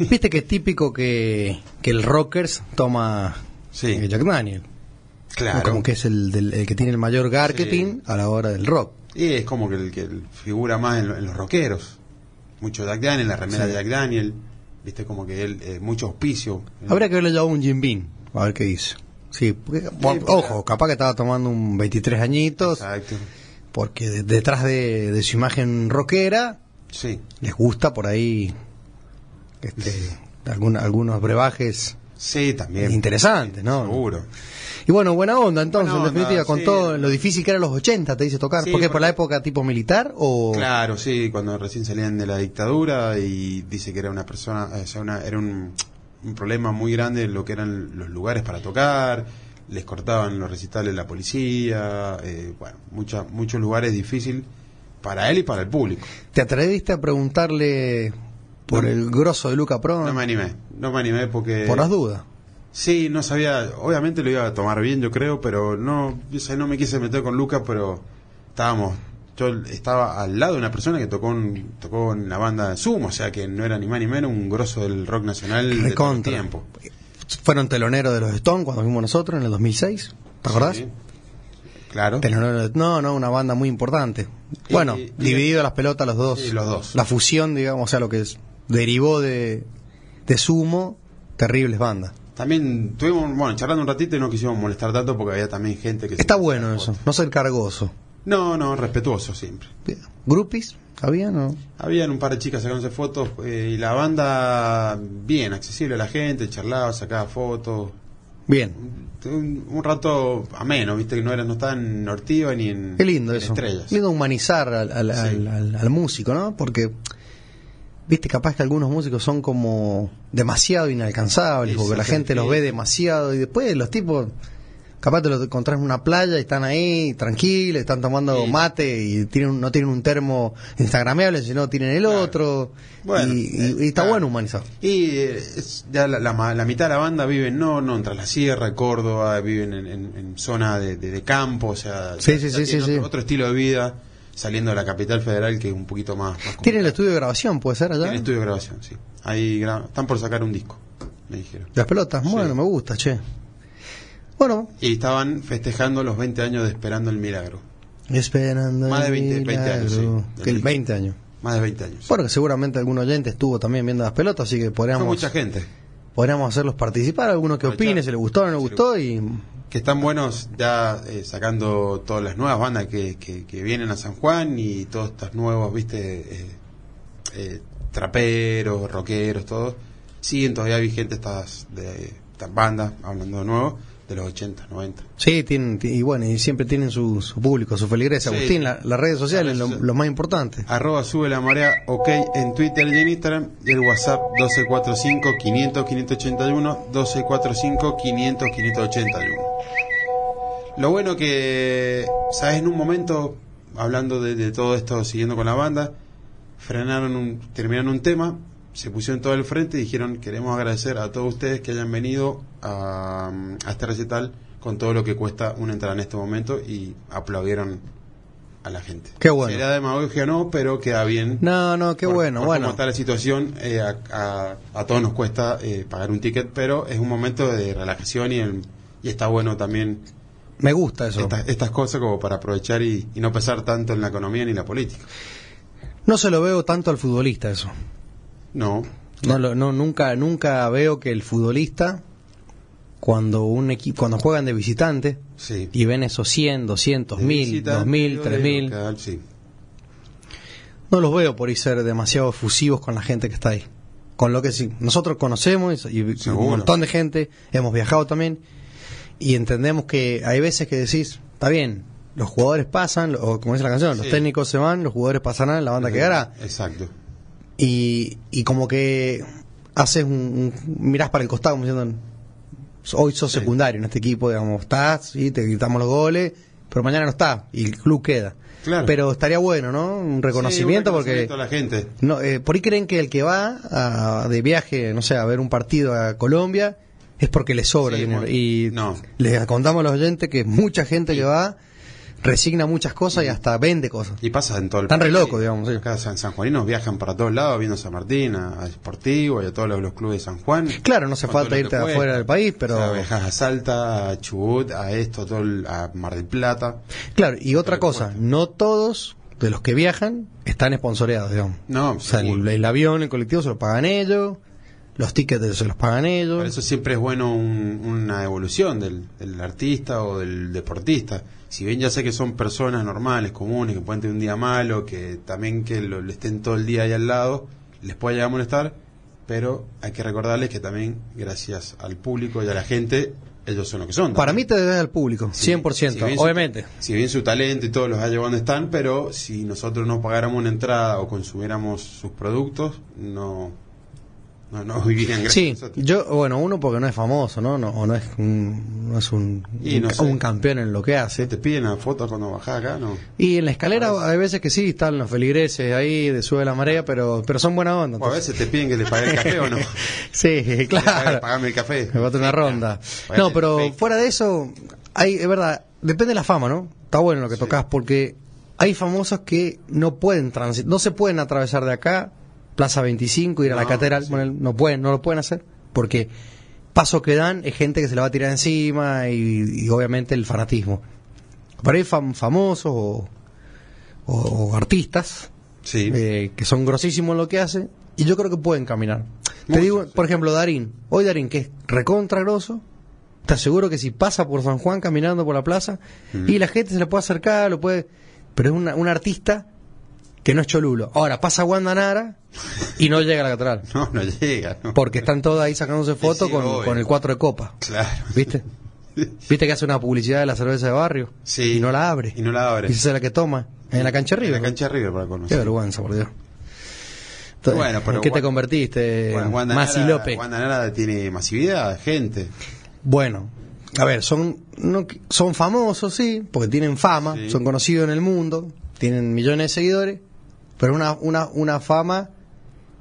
[SPEAKER 6] Viste que es típico que, que el Rockers toma
[SPEAKER 7] Sí.
[SPEAKER 6] eh, Jack Daniel.
[SPEAKER 7] Claro.
[SPEAKER 6] Como que es el, del- el que tiene el mayor marketing a la hora del rock.
[SPEAKER 7] Y es como que el que el- figura más en, lo- en los rockeros. Mucho Jack Daniel, la remera de Jack Daniel. Viste, como que él, eh, mucho auspicio.
[SPEAKER 6] Habría que haberle llevado un Jim Beam, a ver qué dice. Sí, porque- bueno, ojo, capaz que estaba tomando un 23 añitos,
[SPEAKER 7] Exacto.
[SPEAKER 6] porque de- detrás de, de su imagen rockera
[SPEAKER 7] Sí,
[SPEAKER 6] les gusta por ahí este, alguna- algunos brebajes
[SPEAKER 7] sí, también.
[SPEAKER 6] interesantes, ¿no?
[SPEAKER 7] Seguro.
[SPEAKER 6] Y bueno, buena onda entonces, en
[SPEAKER 7] Buena onda,
[SPEAKER 6] definitiva, con
[SPEAKER 7] sí.
[SPEAKER 6] todo lo difícil que era los 80, te dice tocar.
[SPEAKER 7] Sí,
[SPEAKER 6] ¿Por qué? ¿Por la
[SPEAKER 7] porque-
[SPEAKER 6] época tipo militar o...?
[SPEAKER 7] Claro, sí, cuando recién salían de la dictadura y dice que era una persona, eh, o sea, una- era un, un problema muy grande lo que eran los lugares para tocar, les cortaban los recitales la policía, eh, bueno, mucha- muchos lugares difícil para él y para el público.
[SPEAKER 6] ¿Te atreviste a preguntarle por
[SPEAKER 7] No.
[SPEAKER 6] el grosso de Luca Pro?
[SPEAKER 7] No me eh, animé, no me animé porque...
[SPEAKER 6] Por las dudas.
[SPEAKER 7] Sí, no sabía, obviamente lo iba a tomar bien, yo creo, pero no, yo sé, no me quise meter con Lucas, pero estábamos, yo estaba al lado de una persona que tocó en, tocó en la banda de Sumo, o sea que no era ni más ni menos un grosso del rock nacional de todo el
[SPEAKER 6] Recontra.
[SPEAKER 7] tiempo.
[SPEAKER 6] Fueron teloneros de los Stones cuando fuimos nosotros en el 2006. ¿Te acordás?
[SPEAKER 7] Sí. Claro.
[SPEAKER 6] Teloneros de- No, no, una banda muy importante.
[SPEAKER 7] Y-
[SPEAKER 6] bueno,
[SPEAKER 7] y-
[SPEAKER 6] dividido las pelotas los dos.
[SPEAKER 7] Sí, los dos.
[SPEAKER 6] La fusión, digamos, o sea, lo que es- derivó de, de Sumo, terribles bandas.
[SPEAKER 7] También tuvimos, bueno, charlando un ratito y no quisimos molestar tanto porque había también gente que... se-
[SPEAKER 6] Está bueno eso, no ser cargoso.
[SPEAKER 7] No, no, respetuoso siempre.
[SPEAKER 6] Bien. ¿Groupies? ¿Había no?
[SPEAKER 7] Habían un par de chicas sacándose fotos eh, y la banda bien accesible a la gente, charlaba, sacaba fotos.
[SPEAKER 6] Bien.
[SPEAKER 7] Un, un rato ameno, viste que no era, no estaba en Ortiva ni en,
[SPEAKER 6] Qué lindo
[SPEAKER 7] en
[SPEAKER 6] eso.
[SPEAKER 7] estrellas.
[SPEAKER 6] Lindo humanizar al, al-
[SPEAKER 7] Sí.
[SPEAKER 6] al- al- al músico, ¿no? Porque, viste, capaz que algunos músicos son como demasiado inalcanzables,
[SPEAKER 7] Sí,
[SPEAKER 6] porque
[SPEAKER 7] sí,
[SPEAKER 6] la
[SPEAKER 7] sí,
[SPEAKER 6] gente los
[SPEAKER 7] sí.
[SPEAKER 6] ve demasiado y después los tipos, capaz te los encontrás en una playa y están ahí tranquilos, están tomando
[SPEAKER 7] Sí.
[SPEAKER 6] mate y tienen, un- no tienen un termo instagrameable, sino tienen el
[SPEAKER 7] Claro.
[SPEAKER 6] otro.
[SPEAKER 7] Bueno,
[SPEAKER 6] y, y-
[SPEAKER 7] eh,
[SPEAKER 6] y está
[SPEAKER 7] claro.
[SPEAKER 6] bueno humanizar.
[SPEAKER 7] Y eh, es- ya la, la ma- la mitad de la banda vive en no, no, tras la sierra, Córdoba, viven en, en- en zona de, de- de campo, o sea,
[SPEAKER 6] Sí,
[SPEAKER 7] ya-
[SPEAKER 6] sí,
[SPEAKER 7] ya
[SPEAKER 6] sí,
[SPEAKER 7] tienen
[SPEAKER 6] sí,
[SPEAKER 7] otro,
[SPEAKER 6] sí.
[SPEAKER 7] otro estilo de vida, saliendo de la capital federal que es un poquito más... más complicado.
[SPEAKER 6] Tienen el estudio de grabación, puede ser allá.
[SPEAKER 7] Tienen estudio de grabación, sí. Ahí gra- están por sacar un disco, me dijeron.
[SPEAKER 6] Las pelotas, bueno,
[SPEAKER 7] Sí.
[SPEAKER 6] me gusta, che. Bueno,
[SPEAKER 7] Y estaban festejando los 20 años de Esperando el Milagro.
[SPEAKER 6] esperando.
[SPEAKER 7] Más de
[SPEAKER 6] el
[SPEAKER 7] 20, 20 años,
[SPEAKER 6] milagro.
[SPEAKER 7] sí.
[SPEAKER 6] Que el 20 años.
[SPEAKER 7] Más de 20 años.
[SPEAKER 6] Bueno, que seguramente algún oyente estuvo también viendo las pelotas, así que
[SPEAKER 7] Fue
[SPEAKER 6] podríamos,
[SPEAKER 7] mucha gente.
[SPEAKER 6] podríamos hacerlos participar, alguno que
[SPEAKER 7] Aprovechar.
[SPEAKER 6] opine, si le gustó o no le
[SPEAKER 7] Si le
[SPEAKER 6] gustó, y
[SPEAKER 7] Que están buenos ya eh, sacando todas las nuevas bandas que, que- que vienen a San Juan y todos estos nuevos, viste, eh, eh, traperos, rockeros, todos. Siguen todavía vigentes estas, de, estas bandas, hablando de nuevo, de los 80, 90.
[SPEAKER 6] sí, tienen, y bueno, y siempre tienen su, su público, su feligres.
[SPEAKER 7] Sí.
[SPEAKER 6] Agustín, la- las redes sociales,
[SPEAKER 7] Las
[SPEAKER 6] lo,
[SPEAKER 7] redes sociales. Ah.
[SPEAKER 6] lo más importante.
[SPEAKER 7] Arroba sube la marea, ok, en Twitter y en Instagram. Y el WhatsApp 1245-500-581, 1245-500-581. Lo bueno que, ¿sabes? En un momento, hablando de, de todo esto, siguiendo con la banda, frenaron, un, terminaron un tema, se pusieron todo al frente y dijeron, queremos agradecer a todos ustedes que hayan venido a, a este recital con todo lo que cuesta una entrada en este momento y aplaudieron a la gente.
[SPEAKER 6] Qué bueno.
[SPEAKER 7] Será demagogia no, pero queda bien.
[SPEAKER 6] No, no, qué
[SPEAKER 7] Por-
[SPEAKER 6] bueno,
[SPEAKER 7] por
[SPEAKER 6] bueno.
[SPEAKER 7] cómo está la situación, eh, a, a- a todos nos cuesta eh, pagar un ticket, pero es un momento de relajación y, el- y está bueno también
[SPEAKER 6] Me gusta eso.
[SPEAKER 7] estas, estas cosas como para aprovechar y, y no pesar tanto en la economía ni la política.
[SPEAKER 6] No se lo veo tanto al futbolista eso.
[SPEAKER 7] No,
[SPEAKER 6] No, lo- no nunca nunca veo que el futbolista cuando un equi- cuando juegan de visitante
[SPEAKER 7] sí.
[SPEAKER 6] y ven esos 100, 200,
[SPEAKER 7] De
[SPEAKER 6] mil,
[SPEAKER 7] visita,
[SPEAKER 6] 2000,
[SPEAKER 7] yo
[SPEAKER 6] 3000,
[SPEAKER 7] digo que al- sí.
[SPEAKER 6] no los veo por ahí ser demasiado efusivos con la gente que está ahí. Con lo que sí, nosotros conocemos y- y un
[SPEAKER 7] Seguro.
[SPEAKER 6] montón de gente, hemos viajado también y entendemos que hay veces que decís, está bien, los jugadores pasan, o como dice la canción, los
[SPEAKER 7] Sí.
[SPEAKER 6] técnicos se van, los jugadores pasarán, la banda quedará.
[SPEAKER 7] Exacto.
[SPEAKER 6] y, y como que haces un, un- mirás para el costado como diciendo hoy sos
[SPEAKER 7] Sí.
[SPEAKER 6] secundario en este equipo digamos estás y te gritamos los goles pero mañana no estás y el club queda
[SPEAKER 7] Claro.
[SPEAKER 6] pero estaría bueno no un reconocimiento
[SPEAKER 7] Sí, un
[SPEAKER 6] porque
[SPEAKER 7] reconocimiento a la gente.
[SPEAKER 6] no, eh, por ahí creen que el que va a- de viaje no sé a ver un partido a Colombia es porque le sobra
[SPEAKER 7] Sí,
[SPEAKER 6] el dinero
[SPEAKER 7] bueno,
[SPEAKER 6] y
[SPEAKER 7] no.
[SPEAKER 6] les contamos a los oyentes que mucha gente que va resigna muchas cosas y hasta vende cosas
[SPEAKER 7] Y pasa en todo el
[SPEAKER 6] Están re
[SPEAKER 7] país.
[SPEAKER 6] locos, digamos, sí.
[SPEAKER 7] Acá San, sanjuaninos viajan para todos lados, viendo a San Martín, a, a Sportivo y a todos los, los clubes de San Juan.
[SPEAKER 6] Claro, no hace
[SPEAKER 7] Con
[SPEAKER 6] falta
[SPEAKER 7] todo lo que
[SPEAKER 6] irte
[SPEAKER 7] cuesta.
[SPEAKER 6] afuera del país, pero-
[SPEAKER 7] O sea, viajas a Salta, a Chubut, a esto, a, todo el- a Mar del Plata.
[SPEAKER 6] Claro, y otra
[SPEAKER 7] Pero
[SPEAKER 6] cosa,
[SPEAKER 7] cuesta.
[SPEAKER 6] no todos de los que viajan están esponsoreados, digamos.
[SPEAKER 7] No,
[SPEAKER 6] o sea, el,
[SPEAKER 7] seguro.
[SPEAKER 6] el avión, el colectivo se lo pagan ellos, los tickets se los pagan
[SPEAKER 7] Por
[SPEAKER 6] ellos.
[SPEAKER 7] eso siempre es bueno un- una evolución del, del artista o del deportista. Si bien ya sé que son personas normales, comunes, que pueden tener un día malo, que también que lo, le estén todo el día ahí al lado, les puede llegar a molestar, pero hay que recordarles que también gracias al público y a la gente, ellos son lo que son.
[SPEAKER 6] Para
[SPEAKER 7] también.
[SPEAKER 6] mí te debes al público,
[SPEAKER 7] Si-
[SPEAKER 6] 100%,
[SPEAKER 7] si bien su-
[SPEAKER 6] obviamente.
[SPEAKER 7] si bien su talento y todos los hallan donde están, pero si nosotros no pagáramos una entrada o consumiéramos sus productos, no, No, no <laughs> vivirían gracias a
[SPEAKER 6] Sí,
[SPEAKER 7] nosotros.
[SPEAKER 6] yo, bueno, uno porque no es famoso, ¿no? no o no es un, no es un,
[SPEAKER 7] Y no
[SPEAKER 6] un-
[SPEAKER 7] sé.
[SPEAKER 6] un campeón en lo que hace.
[SPEAKER 7] ¿Te piden la foto cuando bajás acá? No.
[SPEAKER 6] Y en la escalera hay veces que sí, están los feligreses ahí de sube la marea, pero, pero son buena onda.
[SPEAKER 7] O a veces te piden que le pague el café
[SPEAKER 6] <laughs>
[SPEAKER 7] o no.
[SPEAKER 6] Sí, <laughs> claro.
[SPEAKER 7] Pagame el café.
[SPEAKER 6] Me falta una ronda. No, pero fuera de eso, hay, es verdad, depende de la fama, ¿no? Está bueno lo que tocas, porque hay famosos que no pueden transitar, no se pueden atravesar de acá, Plaza 25, ir a la
[SPEAKER 7] No,
[SPEAKER 6] catedral,
[SPEAKER 7] sí.
[SPEAKER 6] ponele, no pueden, no lo pueden hacer, porque paso que dan es gente que se la va a tirar encima y, y obviamente el fanatismo. Pero hay fam- famosos o, o- o artistas
[SPEAKER 7] Sí.
[SPEAKER 6] eh, que son grosísimos en lo que hacen, y yo creo que pueden caminar. Te
[SPEAKER 7] Mucho,
[SPEAKER 6] digo,
[SPEAKER 7] sí.
[SPEAKER 6] por ejemplo, Darín. Hoy Darín, que es recontra grosso, te aseguro que si pasa por San Juan caminando por la plaza,
[SPEAKER 7] Mm.
[SPEAKER 6] y la gente se le puede acercar, lo puede... Pero es una- un artista que no es cholulo. Ahora, pasa Wanda Nara y no llega a la catedral.
[SPEAKER 7] No, no llega. No.
[SPEAKER 6] Porque están todos ahí sacándose fotos
[SPEAKER 7] sí,
[SPEAKER 6] con,
[SPEAKER 7] obvio.
[SPEAKER 6] con el 4 de copa.
[SPEAKER 7] Claro. <laughs>
[SPEAKER 6] ¿Viste? ¿Viste que hace una publicidad de la cerveza de barrio?
[SPEAKER 7] Sí.
[SPEAKER 6] Y no la abre.
[SPEAKER 7] Y no la abre.
[SPEAKER 6] Y esa es la que toma. En la cancha arriba.
[SPEAKER 7] En la cancha de River para
[SPEAKER 6] Qué
[SPEAKER 7] conocer.
[SPEAKER 6] vergüenza, por Dios.
[SPEAKER 7] Bueno, pero
[SPEAKER 6] ¿En qué te
[SPEAKER 7] Wan-
[SPEAKER 6] convertiste,
[SPEAKER 7] Bueno, Wanda
[SPEAKER 6] Masi
[SPEAKER 7] Nara-
[SPEAKER 6] López?
[SPEAKER 7] Wanda Nara tiene masividad, gente.
[SPEAKER 6] Bueno, a ver, son, no, son famosos, sí, porque tienen fama,
[SPEAKER 7] Sí.
[SPEAKER 6] son conocidos en el mundo, tienen millones de seguidores, pero una, una, una fama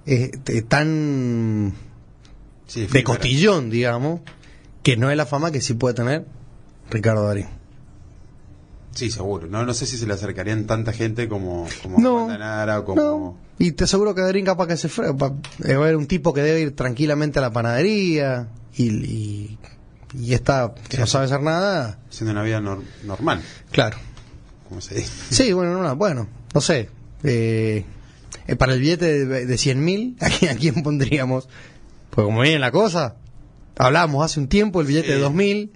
[SPEAKER 6] eh, te- tan
[SPEAKER 7] Sí,
[SPEAKER 6] de
[SPEAKER 7] efímera.
[SPEAKER 6] cotillón, digamos, que no es la fama que sí puede tener Ricardo Darín.
[SPEAKER 7] Sí, seguro. No, no sé si se le acercarían tanta gente como, como
[SPEAKER 6] No,
[SPEAKER 7] Wanda Nara o como.
[SPEAKER 6] no. Y te aseguro que Darín capaz que se fue. Va va a haber un tipo que debe ir tranquilamente a la panadería y, y, y está, que no sabe hacer nada.
[SPEAKER 7] Siendo una vida nor- normal,
[SPEAKER 6] Claro.
[SPEAKER 7] como se dice.
[SPEAKER 6] Sí, bueno, no, bueno, no sé. Eh, eh, para el billete de, de 100 mil, ¿a quién, a quién pondríamos? Pues como viene la cosa, hablamos hace un tiempo el billete
[SPEAKER 7] Sí.
[SPEAKER 6] de 2 mil,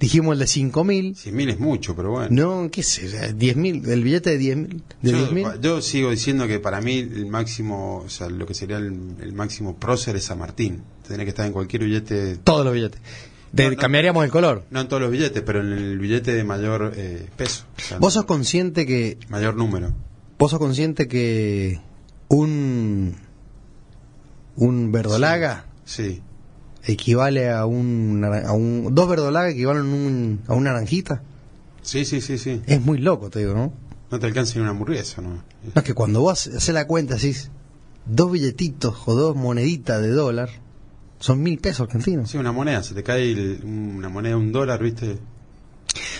[SPEAKER 6] dijimos el de 5 mil,
[SPEAKER 7] 100 mil es mucho, pero bueno.
[SPEAKER 6] no, qué sé, 10 mil, el billete de 10 mil, de
[SPEAKER 7] yo,
[SPEAKER 6] 10 mil.
[SPEAKER 7] yo sigo diciendo que para mí el máximo, o sea, lo que sería el, el máximo prócer es San Martín. Tendría que estar en cualquier billete,
[SPEAKER 6] Todos los billetes. De-
[SPEAKER 7] No, no.
[SPEAKER 6] cambiaríamos el color.
[SPEAKER 7] no en todos los billetes, pero en el billete de mayor eh, peso. O sea,
[SPEAKER 6] ¿Vos sos consciente que
[SPEAKER 7] Mayor número.
[SPEAKER 6] vos sos consciente que un un verdolaga
[SPEAKER 7] Sí.
[SPEAKER 6] equivale a un, naran- a un dos verdolagas equivalen a un, a un naranjita?
[SPEAKER 7] Sí, sí, sí, sí.
[SPEAKER 6] Es muy loco, te digo, ¿no?
[SPEAKER 7] No te alcanza ni una hamburguesa, ¿no?
[SPEAKER 6] No, es que cuando vos haces la cuenta decís dos billetitos o dos moneditas de dólar son mil pesos argentinos.
[SPEAKER 7] Sí, una moneda, se te cae el- una moneda, un dólar, ¿viste?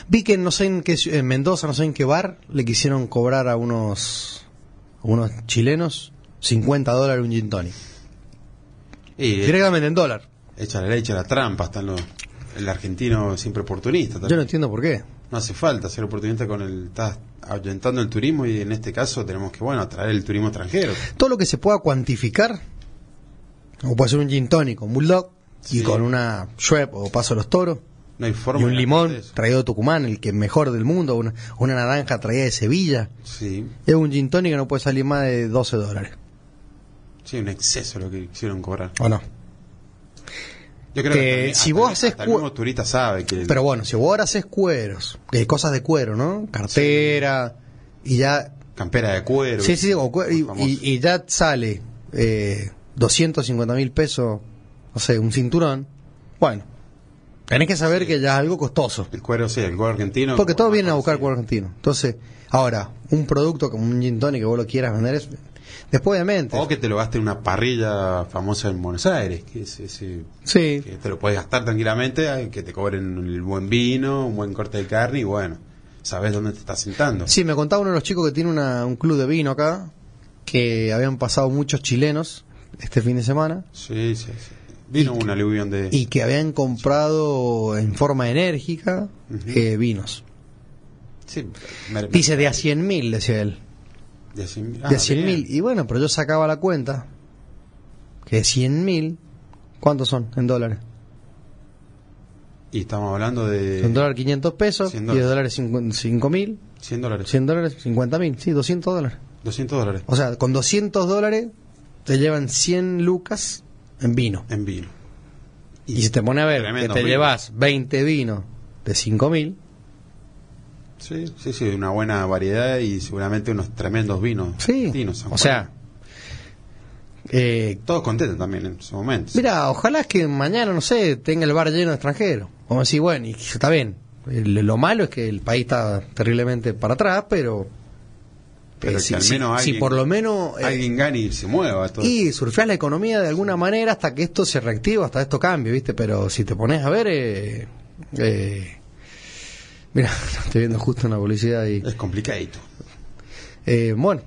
[SPEAKER 6] Vi que no sé en qué ci- en Mendoza, no sé en qué bar le quisieron cobrar a unos a unos chilenos 50 dólares un gin tonic.
[SPEAKER 7] Y eh,
[SPEAKER 6] Directamente en dólar.
[SPEAKER 7] echa la ley, echa la trampa, están los... El argentino siempre oportunista.
[SPEAKER 6] Yo no
[SPEAKER 7] también.
[SPEAKER 6] entiendo por qué.
[SPEAKER 7] No hace falta ser oportunista con el... Estás ahuyentando el turismo y en este caso tenemos que, bueno, atraer el turismo extranjero.
[SPEAKER 6] Todo lo que se pueda cuantificar, o puede ser un gin tonic, un bulldog, y
[SPEAKER 7] Sí.
[SPEAKER 6] con una Schweppes o paso de los toros,
[SPEAKER 7] No hay forma...
[SPEAKER 6] y un
[SPEAKER 7] de
[SPEAKER 6] limón
[SPEAKER 7] hacer eso.
[SPEAKER 6] traído de Tucumán, el que mejor del mundo, una, una naranja traída de Sevilla.
[SPEAKER 7] Sí,
[SPEAKER 6] Es un gin tonic que no puede salir más de 12 dólares.
[SPEAKER 7] sí, un exceso lo que quisieron cobrar.
[SPEAKER 6] ¿O no?
[SPEAKER 7] Yo creo
[SPEAKER 6] Que
[SPEAKER 7] que
[SPEAKER 6] si vos haces
[SPEAKER 7] hasta el
[SPEAKER 6] cu-
[SPEAKER 7] mismo turista sabe que...
[SPEAKER 6] Pero bueno, si vos ahora haces cueros, eh, cosas de cuero, ¿no? Cartera, y ya.
[SPEAKER 7] Campera de cuero.
[SPEAKER 6] Sí, sí, o cue- y-
[SPEAKER 7] Muy famoso.
[SPEAKER 6] y, y ya sale eh, 250 mil pesos, no sé, un cinturón. Bueno, tenés que saber que ya es algo costoso.
[SPEAKER 7] El cuero, sí, el cuero argentino.
[SPEAKER 6] Porque todos
[SPEAKER 7] Bueno,
[SPEAKER 6] vienen a buscar
[SPEAKER 7] sí.
[SPEAKER 6] cuero argentino. Entonces, ahora, un producto como un gin tonic que vos lo quieras vender es. Después, obviamente.
[SPEAKER 7] O que te lo gaste en una parrilla famosa en Buenos Aires, que, es ese-
[SPEAKER 6] Sí.
[SPEAKER 7] que te lo puedes gastar tranquilamente, ay, que te cobren el buen vino, un buen corte de carne y bueno, sabes dónde te estás sentando.
[SPEAKER 6] Sí, me contaba uno de los chicos que tiene una- un club de vino acá, que habían pasado muchos chilenos este fin de semana,
[SPEAKER 7] Sí, sí, sí. Vino un aluvión de...
[SPEAKER 6] y que habían comprado en forma enérgica
[SPEAKER 7] Ujú.
[SPEAKER 6] eh, vinos.
[SPEAKER 7] sí, mer-
[SPEAKER 6] Dice de a 100 mil, decía él.
[SPEAKER 7] de a cien- ah,
[SPEAKER 6] de a 100 mil.
[SPEAKER 7] bien.
[SPEAKER 6] Y bueno, pero yo sacaba la cuenta, que 100 mil, ¿cuántos son en dólares?
[SPEAKER 7] Y estamos hablando
[SPEAKER 6] Un
[SPEAKER 7] de
[SPEAKER 6] dólar 500 pesos,
[SPEAKER 7] 100
[SPEAKER 6] 10
[SPEAKER 7] Eh, dólares.
[SPEAKER 6] dólares 5 mil,
[SPEAKER 7] 100 dólares.
[SPEAKER 6] 100 dólares 50 mil, sí, 200 dólares.
[SPEAKER 7] 200 dólares
[SPEAKER 6] O sea, con 200 dólares te llevan 100 lucas en vino.
[SPEAKER 7] en vino.
[SPEAKER 6] Y si te pone a ver que
[SPEAKER 7] Tremendo
[SPEAKER 6] te
[SPEAKER 7] vino.
[SPEAKER 6] llevas 20 vinos de 5.000,
[SPEAKER 7] Sí, sí, sí, una buena variedad y seguramente unos tremendos vinos.
[SPEAKER 6] sí.
[SPEAKER 7] argentinos, San
[SPEAKER 6] o
[SPEAKER 7] Juan.
[SPEAKER 6] sea, Eh,
[SPEAKER 7] Todos contentos también en su momento.
[SPEAKER 6] Mira, ojalá es que mañana, no sé, tenga el bar lleno de extranjeros. Como decir, bueno, y está bien. El- lo malo es que el país está terriblemente para atrás, pero.
[SPEAKER 7] Pero
[SPEAKER 6] eh,
[SPEAKER 7] que al menos
[SPEAKER 6] si
[SPEAKER 7] alguien-
[SPEAKER 6] por lo menos. eh,
[SPEAKER 7] Alguien gane y se mueva. Todo.
[SPEAKER 6] y surfear la economía de alguna manera hasta que esto se reactiva, hasta esto cambie, ¿viste? Pero si te pones a ver. Eh, eh, <laughs> mira, estoy viendo justo una publicidad
[SPEAKER 7] <laughs>
[SPEAKER 6] y.
[SPEAKER 7] Es complicado.
[SPEAKER 6] Eh, bueno.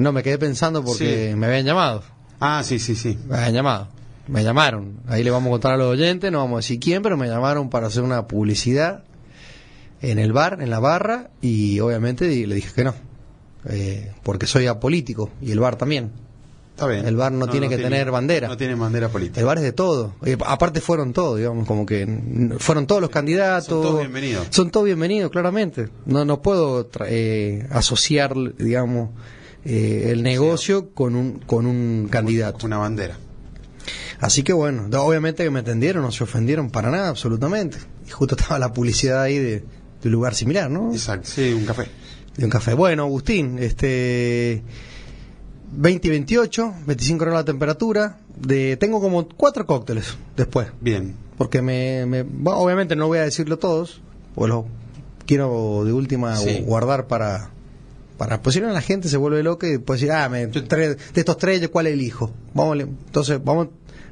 [SPEAKER 6] No, me quedé pensando porque
[SPEAKER 7] Sí.
[SPEAKER 6] me habían llamado.
[SPEAKER 7] Ah, sí, sí, sí.
[SPEAKER 6] Me han llamado. Me llamaron. Ahí le vamos a contar a los oyentes, no vamos a decir quién, pero me llamaron para hacer una publicidad en el bar, en la barra, y obviamente di- le dije que no. Eh, porque soy apolítico y el bar también.
[SPEAKER 7] Está bien.
[SPEAKER 6] El bar no tiene que tener bandera.
[SPEAKER 7] No tiene bandera política.
[SPEAKER 6] El bar es de todo. Eh, aparte fueron todos, digamos, como que mm, fueron todos los candidatos.
[SPEAKER 7] Son todos bienvenidos.
[SPEAKER 6] Son todos bienvenidos, claramente. No, no puedo tra- eh, asociar, digamos, eh, el negocio con un, con un candidato.
[SPEAKER 7] Una bandera.
[SPEAKER 6] Así que bueno, no, obviamente que me entendieron, no se ofendieron para nada, absolutamente. Y justo estaba la publicidad ahí de, de un lugar similar, ¿no?
[SPEAKER 7] Exacto. Sí, un café.
[SPEAKER 6] De un café. Bueno, Agustín, este 20 y 28, 25 grados la temperatura. De, tengo como cuatro cócteles después,
[SPEAKER 7] Bien.
[SPEAKER 6] porque me, me- bueno, obviamente no voy a decirlo todos, pues los quiero de última
[SPEAKER 7] Sí.
[SPEAKER 6] gu- guardar para para pues si no la gente se vuelve loca y puede decir, ah, me, tres- de estos tres, ¿de cuál elijo? Vamos, entonces vamos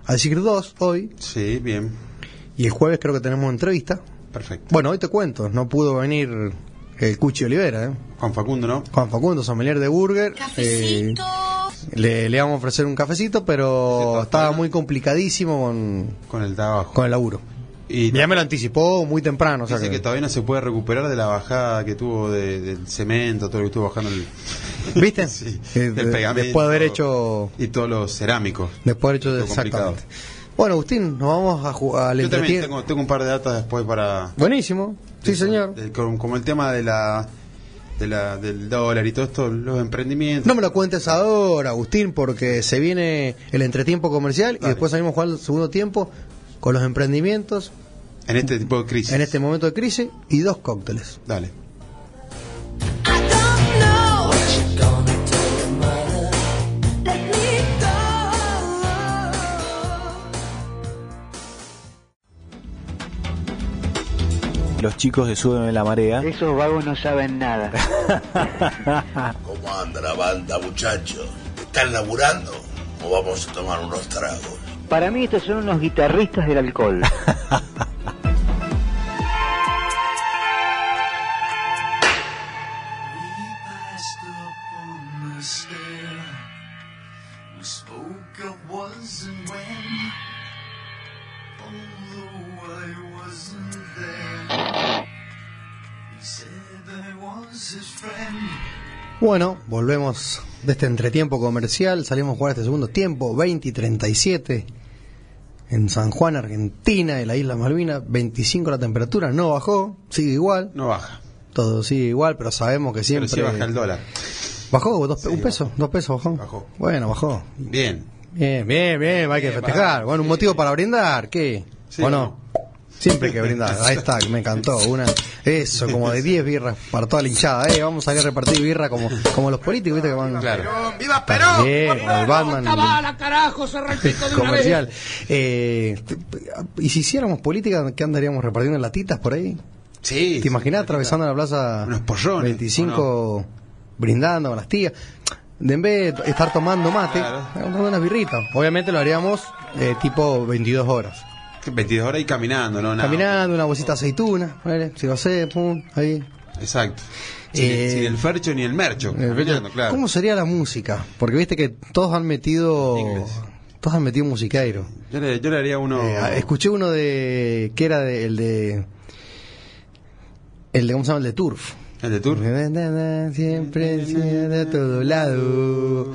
[SPEAKER 6] a decir dos hoy.
[SPEAKER 7] Sí, bien.
[SPEAKER 6] Y el jueves creo que tenemos entrevista.
[SPEAKER 7] Perfecto.
[SPEAKER 6] Bueno, hoy te cuento, no pudo venir el Cuchi Olivera, ¿eh?
[SPEAKER 7] Juan Facundo, ¿no?
[SPEAKER 6] Juan Facundo, sommelier de burger. eh, le, le íbamos a ofrecer un cafecito, pero estaba muy complicadísimo con,
[SPEAKER 7] Con el trabajo.
[SPEAKER 6] con el laburo.
[SPEAKER 7] Y
[SPEAKER 6] Ya me lo anticipó muy temprano. o sea
[SPEAKER 7] dice que
[SPEAKER 6] que-
[SPEAKER 7] todavía no se puede recuperar de la bajada que tuvo de- del cemento, todo lo que estuvo bajando. El,
[SPEAKER 6] ¿Viste?
[SPEAKER 7] <laughs> Sí,
[SPEAKER 6] Eh,
[SPEAKER 7] del
[SPEAKER 6] de-
[SPEAKER 7] pegamento.
[SPEAKER 6] después de haber hecho...
[SPEAKER 7] Y todos los cerámicos.
[SPEAKER 6] Después de haber hecho...
[SPEAKER 7] Todo complicado.
[SPEAKER 6] Exactamente. Bueno, Agustín, nos vamos a jugar al
[SPEAKER 7] Yo también
[SPEAKER 6] entretiempo.
[SPEAKER 7] tengo, tengo un par de datas después para...
[SPEAKER 6] Buenísimo. Sí, señor.
[SPEAKER 7] de- como, como el tema de la, de la del dólar y todo esto, los emprendimientos.
[SPEAKER 6] No me lo cuentes ahora, Agustín, porque se viene el entretiempo comercial y
[SPEAKER 7] Dale.
[SPEAKER 6] después salimos a jugar el segundo tiempo con los emprendimientos
[SPEAKER 7] En este tipo de crisis.
[SPEAKER 6] en este momento de crisis y dos cócteles.
[SPEAKER 7] Dale.
[SPEAKER 3] I don't know what you gonna do, mother. Let me go.
[SPEAKER 4] Los chicos de Súbeme la Marea.
[SPEAKER 8] Esos vagos no saben nada.
[SPEAKER 9] ¿Cómo anda la banda, muchachos? ¿Están laburando? ¿O vamos a tomar unos tragos?
[SPEAKER 8] Para mí estos son unos guitarristas del alcohol.
[SPEAKER 6] Bueno, volvemos de este entretiempo comercial, salimos a jugar este segundo tiempo, 20 y 37 en San Juan, Argentina, en la isla Malvina, 25 la temperatura, no bajó, sigue igual,
[SPEAKER 7] No baja.
[SPEAKER 6] todo sigue igual, pero sabemos que
[SPEAKER 7] Pero
[SPEAKER 6] siempre...
[SPEAKER 7] sí baja el dólar.
[SPEAKER 6] ¿Bajó? ¿Dos pe-
[SPEAKER 7] Sí,
[SPEAKER 6] ¿Un peso? ¿Dos pesos bajó?
[SPEAKER 7] Bajó.
[SPEAKER 6] Bueno, bajó.
[SPEAKER 7] Bien.
[SPEAKER 6] Bien, bien, bien, hay que
[SPEAKER 7] Bien,
[SPEAKER 6] festejar.
[SPEAKER 7] va.
[SPEAKER 6] Bueno, un
[SPEAKER 7] Sí.
[SPEAKER 6] motivo para brindar, ¿qué?
[SPEAKER 7] Sí.
[SPEAKER 6] ¿O no? Siempre hay que brindar. Ahí está, me encantó. Una, eso, como de 10 birras para toda la hinchada. Eh, vamos a ir a repartir birra como, como los políticos, ¿viste? Que van.
[SPEAKER 7] Claro.
[SPEAKER 6] ¡Viva Perón! el Batman. comercial. Eh, t- y si hiciéramos política, ¿qué andaríamos repartiendo latitas por ahí?
[SPEAKER 7] Sí.
[SPEAKER 6] ¿Te imaginas atravesando la plaza
[SPEAKER 7] Unos pollones,
[SPEAKER 6] 25 brindando con las tías? De en vez de estar tomando mate, eh,
[SPEAKER 7] Claro.
[SPEAKER 6] tomando unas birritas. Obviamente lo haríamos eh, tipo 22 horas.
[SPEAKER 7] 22 horas y caminando, ¿no? Nada.
[SPEAKER 6] Caminando, una bolsita de aceituna, ponele, si lo sé, pum, ahí.
[SPEAKER 7] Exacto. Sin,
[SPEAKER 6] Eh,
[SPEAKER 7] sin el fercho ni el mercho. Caminando, claro.
[SPEAKER 6] ¿Cómo sería la música? Porque viste que todos han metido.
[SPEAKER 7] Inglés.
[SPEAKER 6] Todos han metido musicairo.
[SPEAKER 7] Yo le, yo le haría uno.
[SPEAKER 6] Eh, ah, escuché uno de. que era de- el de. el de. ¿cómo se llama? El de Turf.
[SPEAKER 7] ¿El de Tour?
[SPEAKER 6] Eh. Siempre, siempre a todo lado.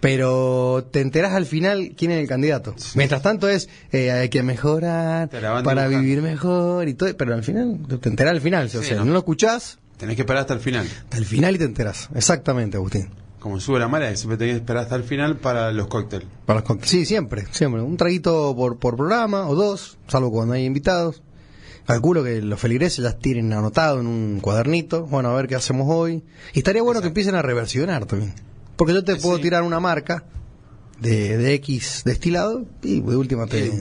[SPEAKER 6] Pero te enterás al final quién es el candidato. Mientras tanto es, eh, hay que mejorar
[SPEAKER 7] Te la van
[SPEAKER 6] para
[SPEAKER 7] dibujando.
[SPEAKER 6] vivir mejor y todo. Pero al final, te enterás al final. o
[SPEAKER 7] Sí,
[SPEAKER 6] sea,
[SPEAKER 7] ¿no?
[SPEAKER 6] no lo escuchás,
[SPEAKER 7] Tenés que esperar hasta el final.
[SPEAKER 6] hasta el final y te enterás. Exactamente, Agustín.
[SPEAKER 7] Como sube la marea, siempre tenés que esperar hasta el final para los cócteles.
[SPEAKER 6] Para los cócteles. Sí, siempre, siempre. Un traguito por, por programa o dos, salvo cuando hay invitados. Calculo que los feligreses ya tienen anotado en un cuadernito. Bueno, a ver qué hacemos hoy. Y estaría bueno que empiecen a reversionar también. Porque yo te
[SPEAKER 7] Sí.
[SPEAKER 6] puedo tirar una marca de, de X destilado y de última te
[SPEAKER 7] Sí.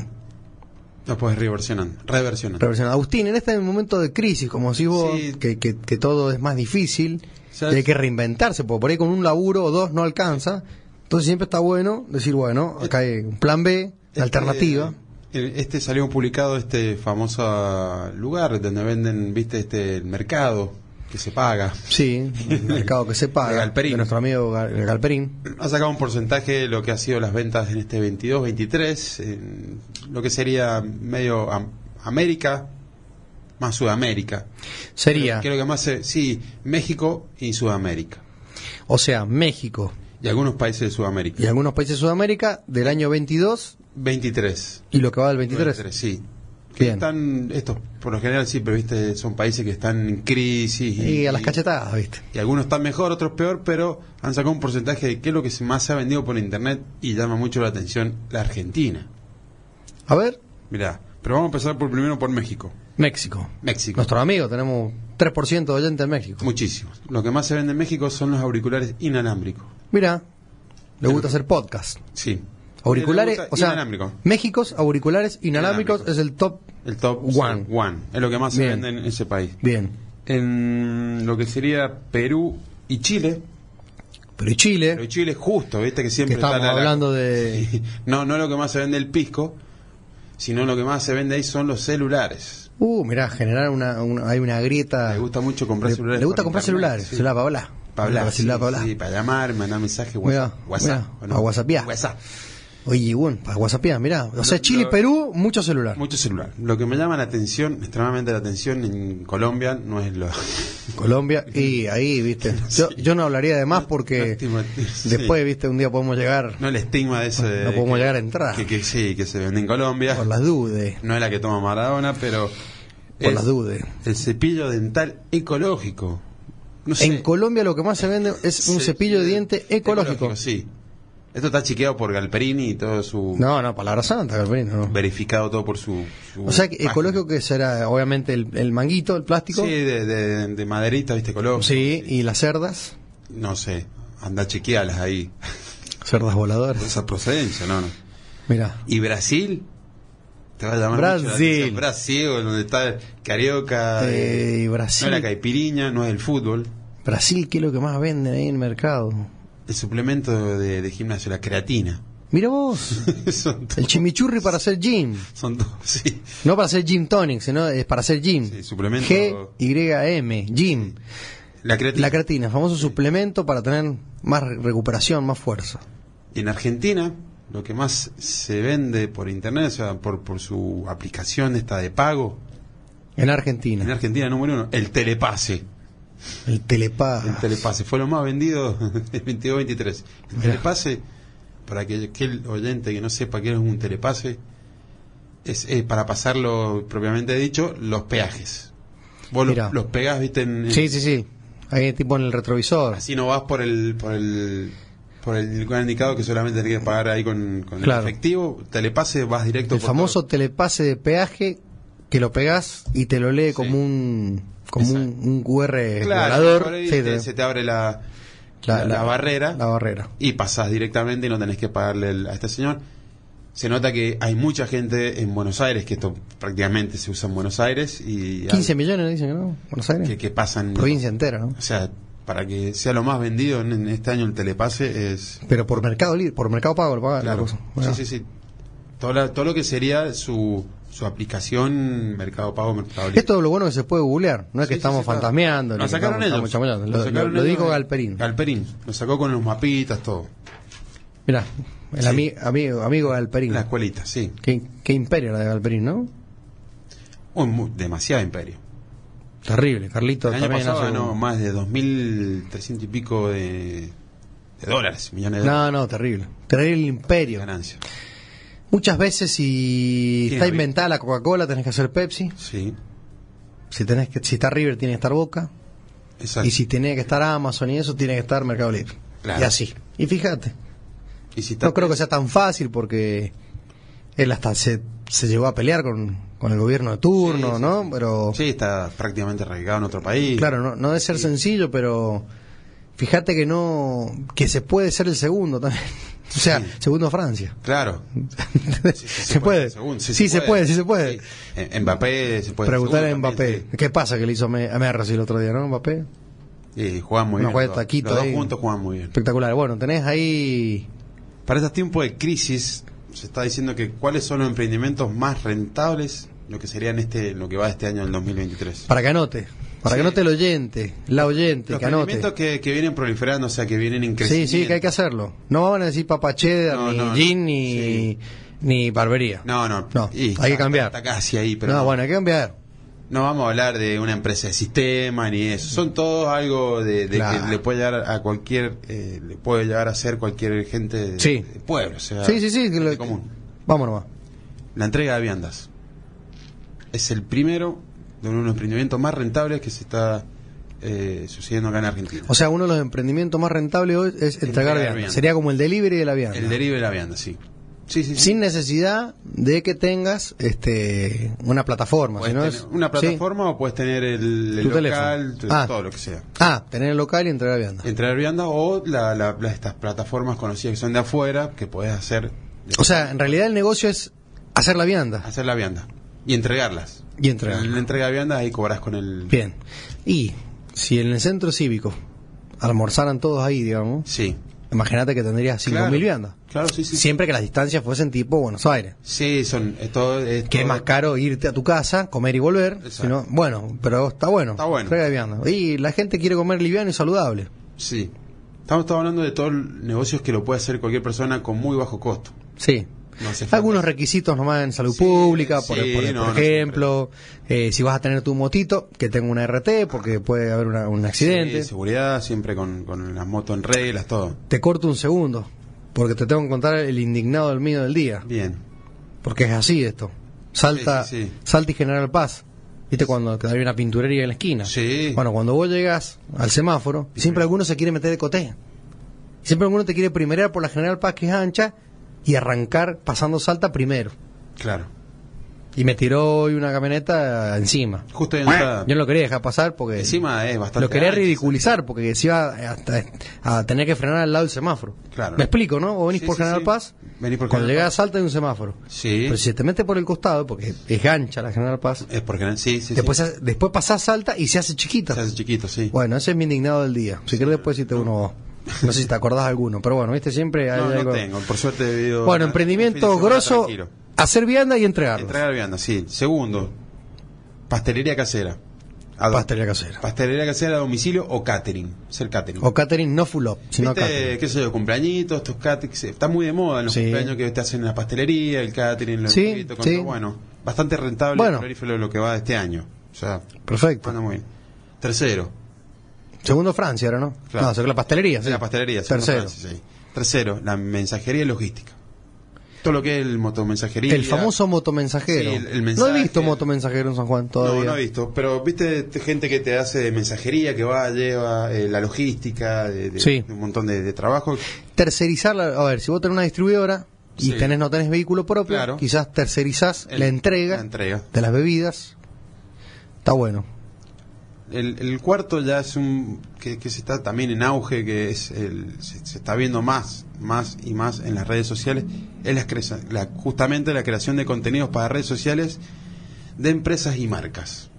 [SPEAKER 7] Lo puedes reversionando. Reversionando.
[SPEAKER 6] reversionar. Agustín, en este momento de crisis, como si vos,
[SPEAKER 7] Sí.
[SPEAKER 6] que, que- que todo es más difícil,
[SPEAKER 7] ¿Sabes?
[SPEAKER 6] y hay que reinventarse, porque por ahí con un laburo o dos no alcanza. Entonces siempre está bueno decir, bueno, acá hay un plan B,
[SPEAKER 7] Este,
[SPEAKER 6] alternativa.
[SPEAKER 7] eh, Este salió publicado este famoso lugar donde venden, viste, este el mercado que se paga.
[SPEAKER 6] Sí, el mercado que se
[SPEAKER 7] <laughs> De
[SPEAKER 6] paga,
[SPEAKER 7] Galperín.
[SPEAKER 6] de nuestro amigo Gal- el Galperín.
[SPEAKER 7] Ha sacado un porcentaje de lo que ha sido las ventas en este 22, 23, en lo que sería medio Am- América, más Sudamérica.
[SPEAKER 6] Sería,
[SPEAKER 7] Creo que más, eh, sí, México y Sudamérica.
[SPEAKER 6] o sea, México
[SPEAKER 7] Y algunos países de Sudamérica.
[SPEAKER 6] y algunos países de Sudamérica del año 22
[SPEAKER 7] 23.
[SPEAKER 6] y lo que va del 23.
[SPEAKER 7] sí. Que
[SPEAKER 6] Bien.
[SPEAKER 7] están, estos por lo general sí, pero viste, son países que están en crisis.
[SPEAKER 6] Y a las cachetadas, ¿viste?
[SPEAKER 7] Y algunos están mejor, otros peor, pero han sacado un porcentaje de qué es lo que se más se ha vendido por internet y llama mucho la atención la Argentina.
[SPEAKER 6] A ver,
[SPEAKER 7] Mirá, pero vamos a empezar por primero por México.
[SPEAKER 6] México.
[SPEAKER 7] México.
[SPEAKER 6] Nuestros amigos, tenemos 3% de oyentes en México.
[SPEAKER 7] Muchísimos. Lo que más se vende en México son los auriculares inalámbricos.
[SPEAKER 6] Mira, le gusta hacer podcast.
[SPEAKER 7] Sí.
[SPEAKER 6] Auriculares,
[SPEAKER 7] Eh, Le gusta
[SPEAKER 6] o sea,
[SPEAKER 7] inalámbrico.
[SPEAKER 6] México's auriculares inalámbricos
[SPEAKER 7] Inalámbricos.
[SPEAKER 6] es el top.
[SPEAKER 7] El top
[SPEAKER 6] One.
[SPEAKER 7] one. Es lo que más
[SPEAKER 6] Bien.
[SPEAKER 7] se vende en ese país.
[SPEAKER 6] Bien.
[SPEAKER 7] En lo que sería Perú y Chile.
[SPEAKER 6] Pero y Chile,
[SPEAKER 7] Pero Chile es justo, viste que
[SPEAKER 6] que
[SPEAKER 7] siempre
[SPEAKER 6] estamos
[SPEAKER 7] está la- la-
[SPEAKER 6] hablando de...
[SPEAKER 7] No, no lo que más se vende el pisco, sino lo que más se vende ahí son los celulares.
[SPEAKER 6] Uh, mirá, generar una, una- hay una grieta.
[SPEAKER 7] Me gusta mucho comprar
[SPEAKER 6] Le,
[SPEAKER 7] celulares.
[SPEAKER 6] le gusta
[SPEAKER 7] por
[SPEAKER 6] comprar
[SPEAKER 7] internet,
[SPEAKER 6] celulares.
[SPEAKER 7] sí.
[SPEAKER 6] Celular para hablar.
[SPEAKER 7] Para hablar, sí,
[SPEAKER 6] Celular para
[SPEAKER 7] sí,
[SPEAKER 6] hablar.
[SPEAKER 7] para llamar, mandar mensaje,
[SPEAKER 6] Mirá,
[SPEAKER 7] WhatsApp. WhatsApp,
[SPEAKER 6] mirá,
[SPEAKER 7] ¿o no?
[SPEAKER 6] a whatsappear.
[SPEAKER 7] WhatsApp.
[SPEAKER 6] Oye, bueno, para WhatsAppear, mirá. O sea,
[SPEAKER 7] Lo-
[SPEAKER 6] Chile y
[SPEAKER 7] lo-
[SPEAKER 6] Perú, mucho celular.
[SPEAKER 7] Mucho celular. Lo que me llama la atención, extremadamente la atención en Colombia, no es lo... <laughs>
[SPEAKER 6] Colombia, y ahí, viste. Yo, yo no hablaría de más porque
[SPEAKER 7] Lástima, sí.
[SPEAKER 6] después, viste, un día podemos llegar,
[SPEAKER 7] No el estigma de ese... de
[SPEAKER 6] no podemos
[SPEAKER 7] que-
[SPEAKER 6] llegar a entrar.
[SPEAKER 7] Que, que sí, que se vende en Colombia.
[SPEAKER 6] Por las dudas,
[SPEAKER 7] No es la que toma Maradona, pero...
[SPEAKER 6] por
[SPEAKER 7] es
[SPEAKER 6] las dudas.
[SPEAKER 7] El cepillo dental ecológico. No sé.
[SPEAKER 6] En Colombia lo que más se vende es un
[SPEAKER 7] Sí,
[SPEAKER 6] cepillo de
[SPEAKER 7] sí,
[SPEAKER 6] diente ecológico.
[SPEAKER 7] Sí. Esto está chequeado por Galperini y todo su.
[SPEAKER 6] No, no, palabra santa, Galperín, no.
[SPEAKER 7] Verificado todo por su. su
[SPEAKER 6] O sea, que
[SPEAKER 7] página.
[SPEAKER 6] ecológico que será, obviamente, el, el manguito, el plástico.
[SPEAKER 7] Sí, de, de, de maderita, viste, ecológico.
[SPEAKER 6] Sí, y las cerdas,
[SPEAKER 7] No sé. Anda, chequealas ahí.
[SPEAKER 6] cerdas voladoras.
[SPEAKER 7] Esa procedencia, ¿no? no.
[SPEAKER 6] Mira,
[SPEAKER 7] ¿Y Brasil? Te va a llamar mucho la
[SPEAKER 6] Brasil.
[SPEAKER 7] atención. Brasil, donde está el Carioca.
[SPEAKER 6] Eh,
[SPEAKER 7] eh,
[SPEAKER 6] Brasil.
[SPEAKER 7] No es la caipiriña, no es el fútbol.
[SPEAKER 6] Brasil, ¿qué es lo que más venden ahí en el mercado?
[SPEAKER 7] El suplemento de, de gimnasio, la creatina. <laughs>
[SPEAKER 6] Mira vos,
[SPEAKER 7] son todos.
[SPEAKER 6] el chimichurri para hacer gym.
[SPEAKER 7] Son todos, sí.
[SPEAKER 6] No para hacer gym tonic, sino es para hacer gym.
[SPEAKER 7] Sí, suplemento-
[SPEAKER 6] G Y M, gym.
[SPEAKER 7] La creatina.
[SPEAKER 6] La creatina, famoso suplemento para tener más re- recuperación, más fuerza.
[SPEAKER 7] En Argentina, lo que más se vende por internet, o sea, por, por su aplicación esta de pago,
[SPEAKER 6] En
[SPEAKER 7] en
[SPEAKER 6] Argentina,
[SPEAKER 7] Argentina número uno, el telepase.
[SPEAKER 6] el telepá.
[SPEAKER 7] El telepase fue lo más vendido <laughs> el 22-23. El
[SPEAKER 6] Mirá.
[SPEAKER 7] telepase, para que aquel oyente que no sepa qué es un telepase, es, eh, para pasarlo propiamente dicho, los peajes. Vos los,
[SPEAKER 6] Mirá.
[SPEAKER 7] los pegás, viste, en, en-
[SPEAKER 6] Sí, sí, sí. Ahí tipo en el retrovisor.
[SPEAKER 7] así no vas por el... Por el por el lugar indicado que solamente tenés que pagar ahí con, con
[SPEAKER 6] Claro.
[SPEAKER 7] el efectivo, telepase vas directo
[SPEAKER 6] El
[SPEAKER 7] por
[SPEAKER 6] famoso
[SPEAKER 7] todo.
[SPEAKER 6] telepase de peaje que lo pegás y te lo lee como un como un, un QR
[SPEAKER 7] Claro,
[SPEAKER 6] volador.
[SPEAKER 7] por ahí
[SPEAKER 6] Sí,
[SPEAKER 7] te-
[SPEAKER 6] te-
[SPEAKER 7] se te abre la,
[SPEAKER 6] la-
[SPEAKER 7] la-
[SPEAKER 6] la-
[SPEAKER 7] la barrera
[SPEAKER 6] La barrera.
[SPEAKER 7] y pasás directamente y no tenés que pagarle el- a este señor. Se nota que hay mucha gente en Buenos Aires, que esto prácticamente se usa en Buenos Aires, y
[SPEAKER 6] 15 millones dicen, ¿no? Buenos Aires.
[SPEAKER 7] que, que pasan...
[SPEAKER 6] Provincia entera, ¿no?
[SPEAKER 7] O sea, para que sea lo más vendido en, en este año el telepase es...
[SPEAKER 6] Pero por Mercado Libre, por Mercado Pago lo pagan.
[SPEAKER 7] Claro,
[SPEAKER 6] la cosa. Bueno.
[SPEAKER 7] sí, sí, sí. Todo, la- todo lo que sería su, su aplicación Mercado Pago, Mercado Libre.
[SPEAKER 6] Esto es lo bueno que se puede googlear, no es que
[SPEAKER 7] Sí, sí,
[SPEAKER 6] estamos
[SPEAKER 7] sí, claro.
[SPEAKER 6] fantasmeando. ni
[SPEAKER 7] Lo
[SPEAKER 6] que
[SPEAKER 7] sacaron
[SPEAKER 6] estamos-
[SPEAKER 7] ellos.
[SPEAKER 6] estamos chamullando. Lo,
[SPEAKER 7] sacaron
[SPEAKER 6] lo- lo
[SPEAKER 7] ellos
[SPEAKER 6] dijo
[SPEAKER 7] en-
[SPEAKER 6] Galperín.
[SPEAKER 7] Galperín. Lo sacó con los mapitas, todo.
[SPEAKER 6] Mirá, el ami- amigo, amigo Galperín.
[SPEAKER 7] La escuelita, sí.
[SPEAKER 6] Qué, qué imperio la de Galperín, ¿no?
[SPEAKER 7] Un mu- demasiado imperio.
[SPEAKER 6] Terrible, Carlito
[SPEAKER 7] El año
[SPEAKER 6] también
[SPEAKER 7] pasado
[SPEAKER 6] hace un-
[SPEAKER 7] ganó más de 2.300 y pico de, de dólares, millones de dólares
[SPEAKER 6] No, no, terrible. Terrible
[SPEAKER 7] de
[SPEAKER 6] imperio.
[SPEAKER 7] ganancia.
[SPEAKER 6] Muchas veces si
[SPEAKER 7] Tiene
[SPEAKER 6] está
[SPEAKER 7] River.
[SPEAKER 6] inventada la Coca-Cola tenés que hacer Pepsi,
[SPEAKER 7] Sí,
[SPEAKER 6] si tenés que si está River tiene que estar Boca
[SPEAKER 7] exacto.
[SPEAKER 6] y si tenía que estar Amazon y eso tiene que estar Mercado Libre.
[SPEAKER 7] Claro.
[SPEAKER 6] Y así. Y fíjate,
[SPEAKER 7] Y si está-
[SPEAKER 6] no creo que sea tan fácil porque él hasta se, se llegó a pelear con, con el gobierno de turno,
[SPEAKER 7] Sí, sí,
[SPEAKER 6] ¿no?
[SPEAKER 7] sí.
[SPEAKER 6] Pero
[SPEAKER 7] Sí, está prácticamente arraigado en otro país.
[SPEAKER 6] claro, no, no debe ser sencillo, pero Fíjate que no. que se puede ser el segundo también. <laughs> O sea,
[SPEAKER 7] Sí.
[SPEAKER 6] segundo Francia.
[SPEAKER 7] Claro.
[SPEAKER 6] <laughs> se,
[SPEAKER 7] Sí, sí,
[SPEAKER 6] puede.
[SPEAKER 7] segundo,
[SPEAKER 6] sí, se puede, sí se puede.
[SPEAKER 7] Sí. Eh, Mbappé se puede.
[SPEAKER 6] Preguntar a
[SPEAKER 7] segundo
[SPEAKER 6] Mbappé.
[SPEAKER 7] también,
[SPEAKER 6] ¿Qué pasa que le hizo a Me- a Messi el otro día, no, Mbappé?
[SPEAKER 7] sí. Y juegan muy
[SPEAKER 6] Una
[SPEAKER 7] bien.
[SPEAKER 6] jugada de
[SPEAKER 7] los-
[SPEAKER 6] taquito
[SPEAKER 7] los dos
[SPEAKER 6] ahí.
[SPEAKER 7] juntos juegan muy bien.
[SPEAKER 6] Espectacular. Bueno, tenés ahí.
[SPEAKER 7] Para estos tiempos de crisis, se está diciendo que cuáles son los emprendimientos más rentables, lo que serían este, lo que va de este año, el 2023.
[SPEAKER 6] Para que anote. Para que
[SPEAKER 7] Sí.
[SPEAKER 6] anote el oyente. La oyente,
[SPEAKER 7] Los
[SPEAKER 6] que anote.
[SPEAKER 7] emprendimientos que, que vienen proliferando, o sea, que vienen en
[SPEAKER 6] Sí,
[SPEAKER 7] crecimiento.
[SPEAKER 6] sí, que hay que hacerlo. No van a decir papa cheddar,
[SPEAKER 7] No,
[SPEAKER 6] ni
[SPEAKER 7] no, no.
[SPEAKER 6] gin, ni, ni barbería.
[SPEAKER 7] No, no.
[SPEAKER 6] No,
[SPEAKER 7] Y
[SPEAKER 6] hay
[SPEAKER 7] está-
[SPEAKER 6] que cambiar.
[SPEAKER 7] Está casi ahí, pero
[SPEAKER 6] no,
[SPEAKER 7] no.
[SPEAKER 6] bueno, hay que cambiar.
[SPEAKER 7] No vamos a hablar de una empresa de sistema ni eso. Son todos algo de, de
[SPEAKER 6] Claro.
[SPEAKER 7] que le puede llegar a cualquier, eh, le puede llegar a ser cualquier gente de,
[SPEAKER 6] Sí.
[SPEAKER 7] de pueblo, o sea,
[SPEAKER 6] sí, sí, sí.
[SPEAKER 7] gente
[SPEAKER 6] lo-
[SPEAKER 7] común.
[SPEAKER 6] Vamos nomás.
[SPEAKER 7] La entrega de viandas es el primero de uno de los emprendimientos más rentables que se está eh, sucediendo acá en Argentina.
[SPEAKER 6] O sea, uno de los emprendimientos más rentables hoy es entregar
[SPEAKER 7] Entregar
[SPEAKER 6] vianda.
[SPEAKER 7] vianda.
[SPEAKER 6] Sería como el delivery de la vianda.
[SPEAKER 7] el delivery de la vianda, sí. Sí, sí, sí.
[SPEAKER 6] Sin necesidad de que tengas este una plataforma.
[SPEAKER 7] Puedes
[SPEAKER 6] sino
[SPEAKER 7] tener
[SPEAKER 6] es-
[SPEAKER 7] una
[SPEAKER 6] sí.
[SPEAKER 7] plataforma o puedes tener el, el
[SPEAKER 6] Tu
[SPEAKER 7] local,
[SPEAKER 6] teléfono.
[SPEAKER 7] tu-
[SPEAKER 6] Ah.
[SPEAKER 7] todo lo que sea.
[SPEAKER 6] Ah, tener el local y entregar vianda.
[SPEAKER 7] Entregar viandas o la- la- la- estas plataformas conocidas que son de afuera que puedes hacer.
[SPEAKER 6] O sea, en realidad el negocio es hacer la vianda
[SPEAKER 7] hacer la vianda y entregarlas.
[SPEAKER 6] y
[SPEAKER 7] En La
[SPEAKER 6] entregarla.
[SPEAKER 7] entrega de vianda ahí cobras con el.
[SPEAKER 6] Bien. Y si en el centro cívico almorzaran todos ahí, digamos,
[SPEAKER 7] Sí.
[SPEAKER 6] imagínate que tendrías 5.000
[SPEAKER 7] Claro.
[SPEAKER 6] viandas.
[SPEAKER 7] Claro, sí, sí.
[SPEAKER 6] Siempre que las distancias fuesen tipo Buenos Aires.
[SPEAKER 7] Sí, son. Es todo, es
[SPEAKER 6] Que es
[SPEAKER 7] todo-
[SPEAKER 6] más caro irte a tu casa, comer y volver.
[SPEAKER 7] Exacto.
[SPEAKER 6] Sino, bueno, pero está bueno.
[SPEAKER 7] Está bueno.
[SPEAKER 6] Entrega de vianda. Y la gente quiere comer liviano y saludable.
[SPEAKER 7] Sí. Estamos, estamos hablando de todos los negocios que lo puede hacer cualquier persona con muy bajo costo.
[SPEAKER 6] Sí.
[SPEAKER 7] No hace falta.
[SPEAKER 6] Algunos requisitos nomás en salud
[SPEAKER 7] Sí,
[SPEAKER 6] pública, por,
[SPEAKER 7] sí,
[SPEAKER 6] por- por
[SPEAKER 7] no, no
[SPEAKER 6] ejemplo, eh, si vas a tener tu motito, que tenga una RT, porque puede haber una- un accidente.
[SPEAKER 7] Sí, seguridad, siempre con, con las motos en reglas, todo.
[SPEAKER 6] Te corto un segundo, porque te tengo que contar el indignado del mío del día,
[SPEAKER 7] Bien.
[SPEAKER 6] porque es así esto. Salta,
[SPEAKER 7] Sí, sí, sí.
[SPEAKER 6] salta y General Paz. ¿Viste cuando te había una pinturería en la esquina?
[SPEAKER 7] Sí.
[SPEAKER 6] Bueno, cuando vos llegas al semáforo, siempre alguno se quiere meter de coté. Siempre alguno te quiere primerear por la General Paz, que es ancha, y arrancar pasando salta primero.
[SPEAKER 7] Claro.
[SPEAKER 6] Y me tiró hoy una camioneta encima.
[SPEAKER 7] Justo ahí está.
[SPEAKER 6] Yo no lo quería dejar pasar porque.
[SPEAKER 7] Ah. Encima es bastante.
[SPEAKER 6] Lo quería
[SPEAKER 7] ancho,
[SPEAKER 6] ridiculizar porque se iba hasta a tener que frenar al lado del semáforo.
[SPEAKER 7] Claro.
[SPEAKER 6] Me explico, ¿no? O venís
[SPEAKER 7] Sí,
[SPEAKER 6] por
[SPEAKER 7] sí,
[SPEAKER 6] General
[SPEAKER 7] sí.
[SPEAKER 6] Paz,
[SPEAKER 7] Venís por
[SPEAKER 6] cuando
[SPEAKER 7] General
[SPEAKER 6] llegás
[SPEAKER 7] Paz.
[SPEAKER 6] salta hay un semáforo.
[SPEAKER 7] Sí.
[SPEAKER 6] Pero si te metes por el costado, porque es gancha la General Paz,
[SPEAKER 7] Es porque sí, sí.
[SPEAKER 6] después,
[SPEAKER 7] sí.
[SPEAKER 6] después pasás salta y se hace chiquita.
[SPEAKER 7] Se hace chiquito, sí.
[SPEAKER 6] Bueno, ese es mi indignado del día. Si querés, después si te uno vos. No sé si te acordás de alguno, pero bueno, viste, siempre hay
[SPEAKER 7] no, no
[SPEAKER 6] algo.
[SPEAKER 7] tengo. Por suerte he vivido
[SPEAKER 6] Bueno,
[SPEAKER 7] un fin de
[SPEAKER 6] emprendimiento
[SPEAKER 7] semana
[SPEAKER 6] grosso,
[SPEAKER 7] tranquilo.
[SPEAKER 6] hacer vianda y entregarlo.
[SPEAKER 7] Entregar vianda, sí. Segundo, pastelería casera. A do-
[SPEAKER 6] Pastelería casera.
[SPEAKER 7] Pastelería casera a domicilio o catering. Ser catering.
[SPEAKER 6] O catering no full up, sino
[SPEAKER 7] ¿Viste,
[SPEAKER 6] catering.
[SPEAKER 7] qué sé yo, cumpleañitos, estos caterings? Está muy de moda en los
[SPEAKER 6] Sí.
[SPEAKER 7] cumpleaños que te hacen en la pastelería, el catering, los
[SPEAKER 6] Sí,
[SPEAKER 7] chupitos, con
[SPEAKER 6] sí.
[SPEAKER 7] todo. Bueno, bastante rentable
[SPEAKER 6] Bueno.
[SPEAKER 7] el prolífero de lo que va de este año. O sea,
[SPEAKER 6] Perfecto.
[SPEAKER 7] anda muy bien. Tercero,
[SPEAKER 6] Segundo Francia, ahora no.
[SPEAKER 7] Claro.
[SPEAKER 6] No, la pastelería. sí.
[SPEAKER 7] la pastelería. segundo
[SPEAKER 6] Tercero.
[SPEAKER 7] Francis, sí. Tercero, la mensajería y logística. Todo lo que es el motomensajería.
[SPEAKER 6] El famoso motomensajero.
[SPEAKER 7] Sí, el- el mensaje.
[SPEAKER 6] no he visto motomensajero en San Juan todavía.
[SPEAKER 7] No, no he visto, pero viste te- gente que te hace de mensajería, que va, lleva eh, la logística, de, de-
[SPEAKER 6] Sí.
[SPEAKER 7] de un montón de, de trabajo.
[SPEAKER 6] Tercerizar, la- a ver, si vos tenés una distribuidora y
[SPEAKER 7] Sí.
[SPEAKER 6] tenés, no tenés vehículo propio,
[SPEAKER 7] Claro.
[SPEAKER 6] quizás tercerizás
[SPEAKER 7] El-
[SPEAKER 6] la, entrega
[SPEAKER 7] la entrega.
[SPEAKER 6] de las bebidas. Está bueno.
[SPEAKER 7] El, el cuarto ya es un que, que se está también en auge, que es el, se, se está viendo más, más y más en las redes sociales, es la, creza- la- justamente la creación de contenidos para redes sociales de empresas y marcas.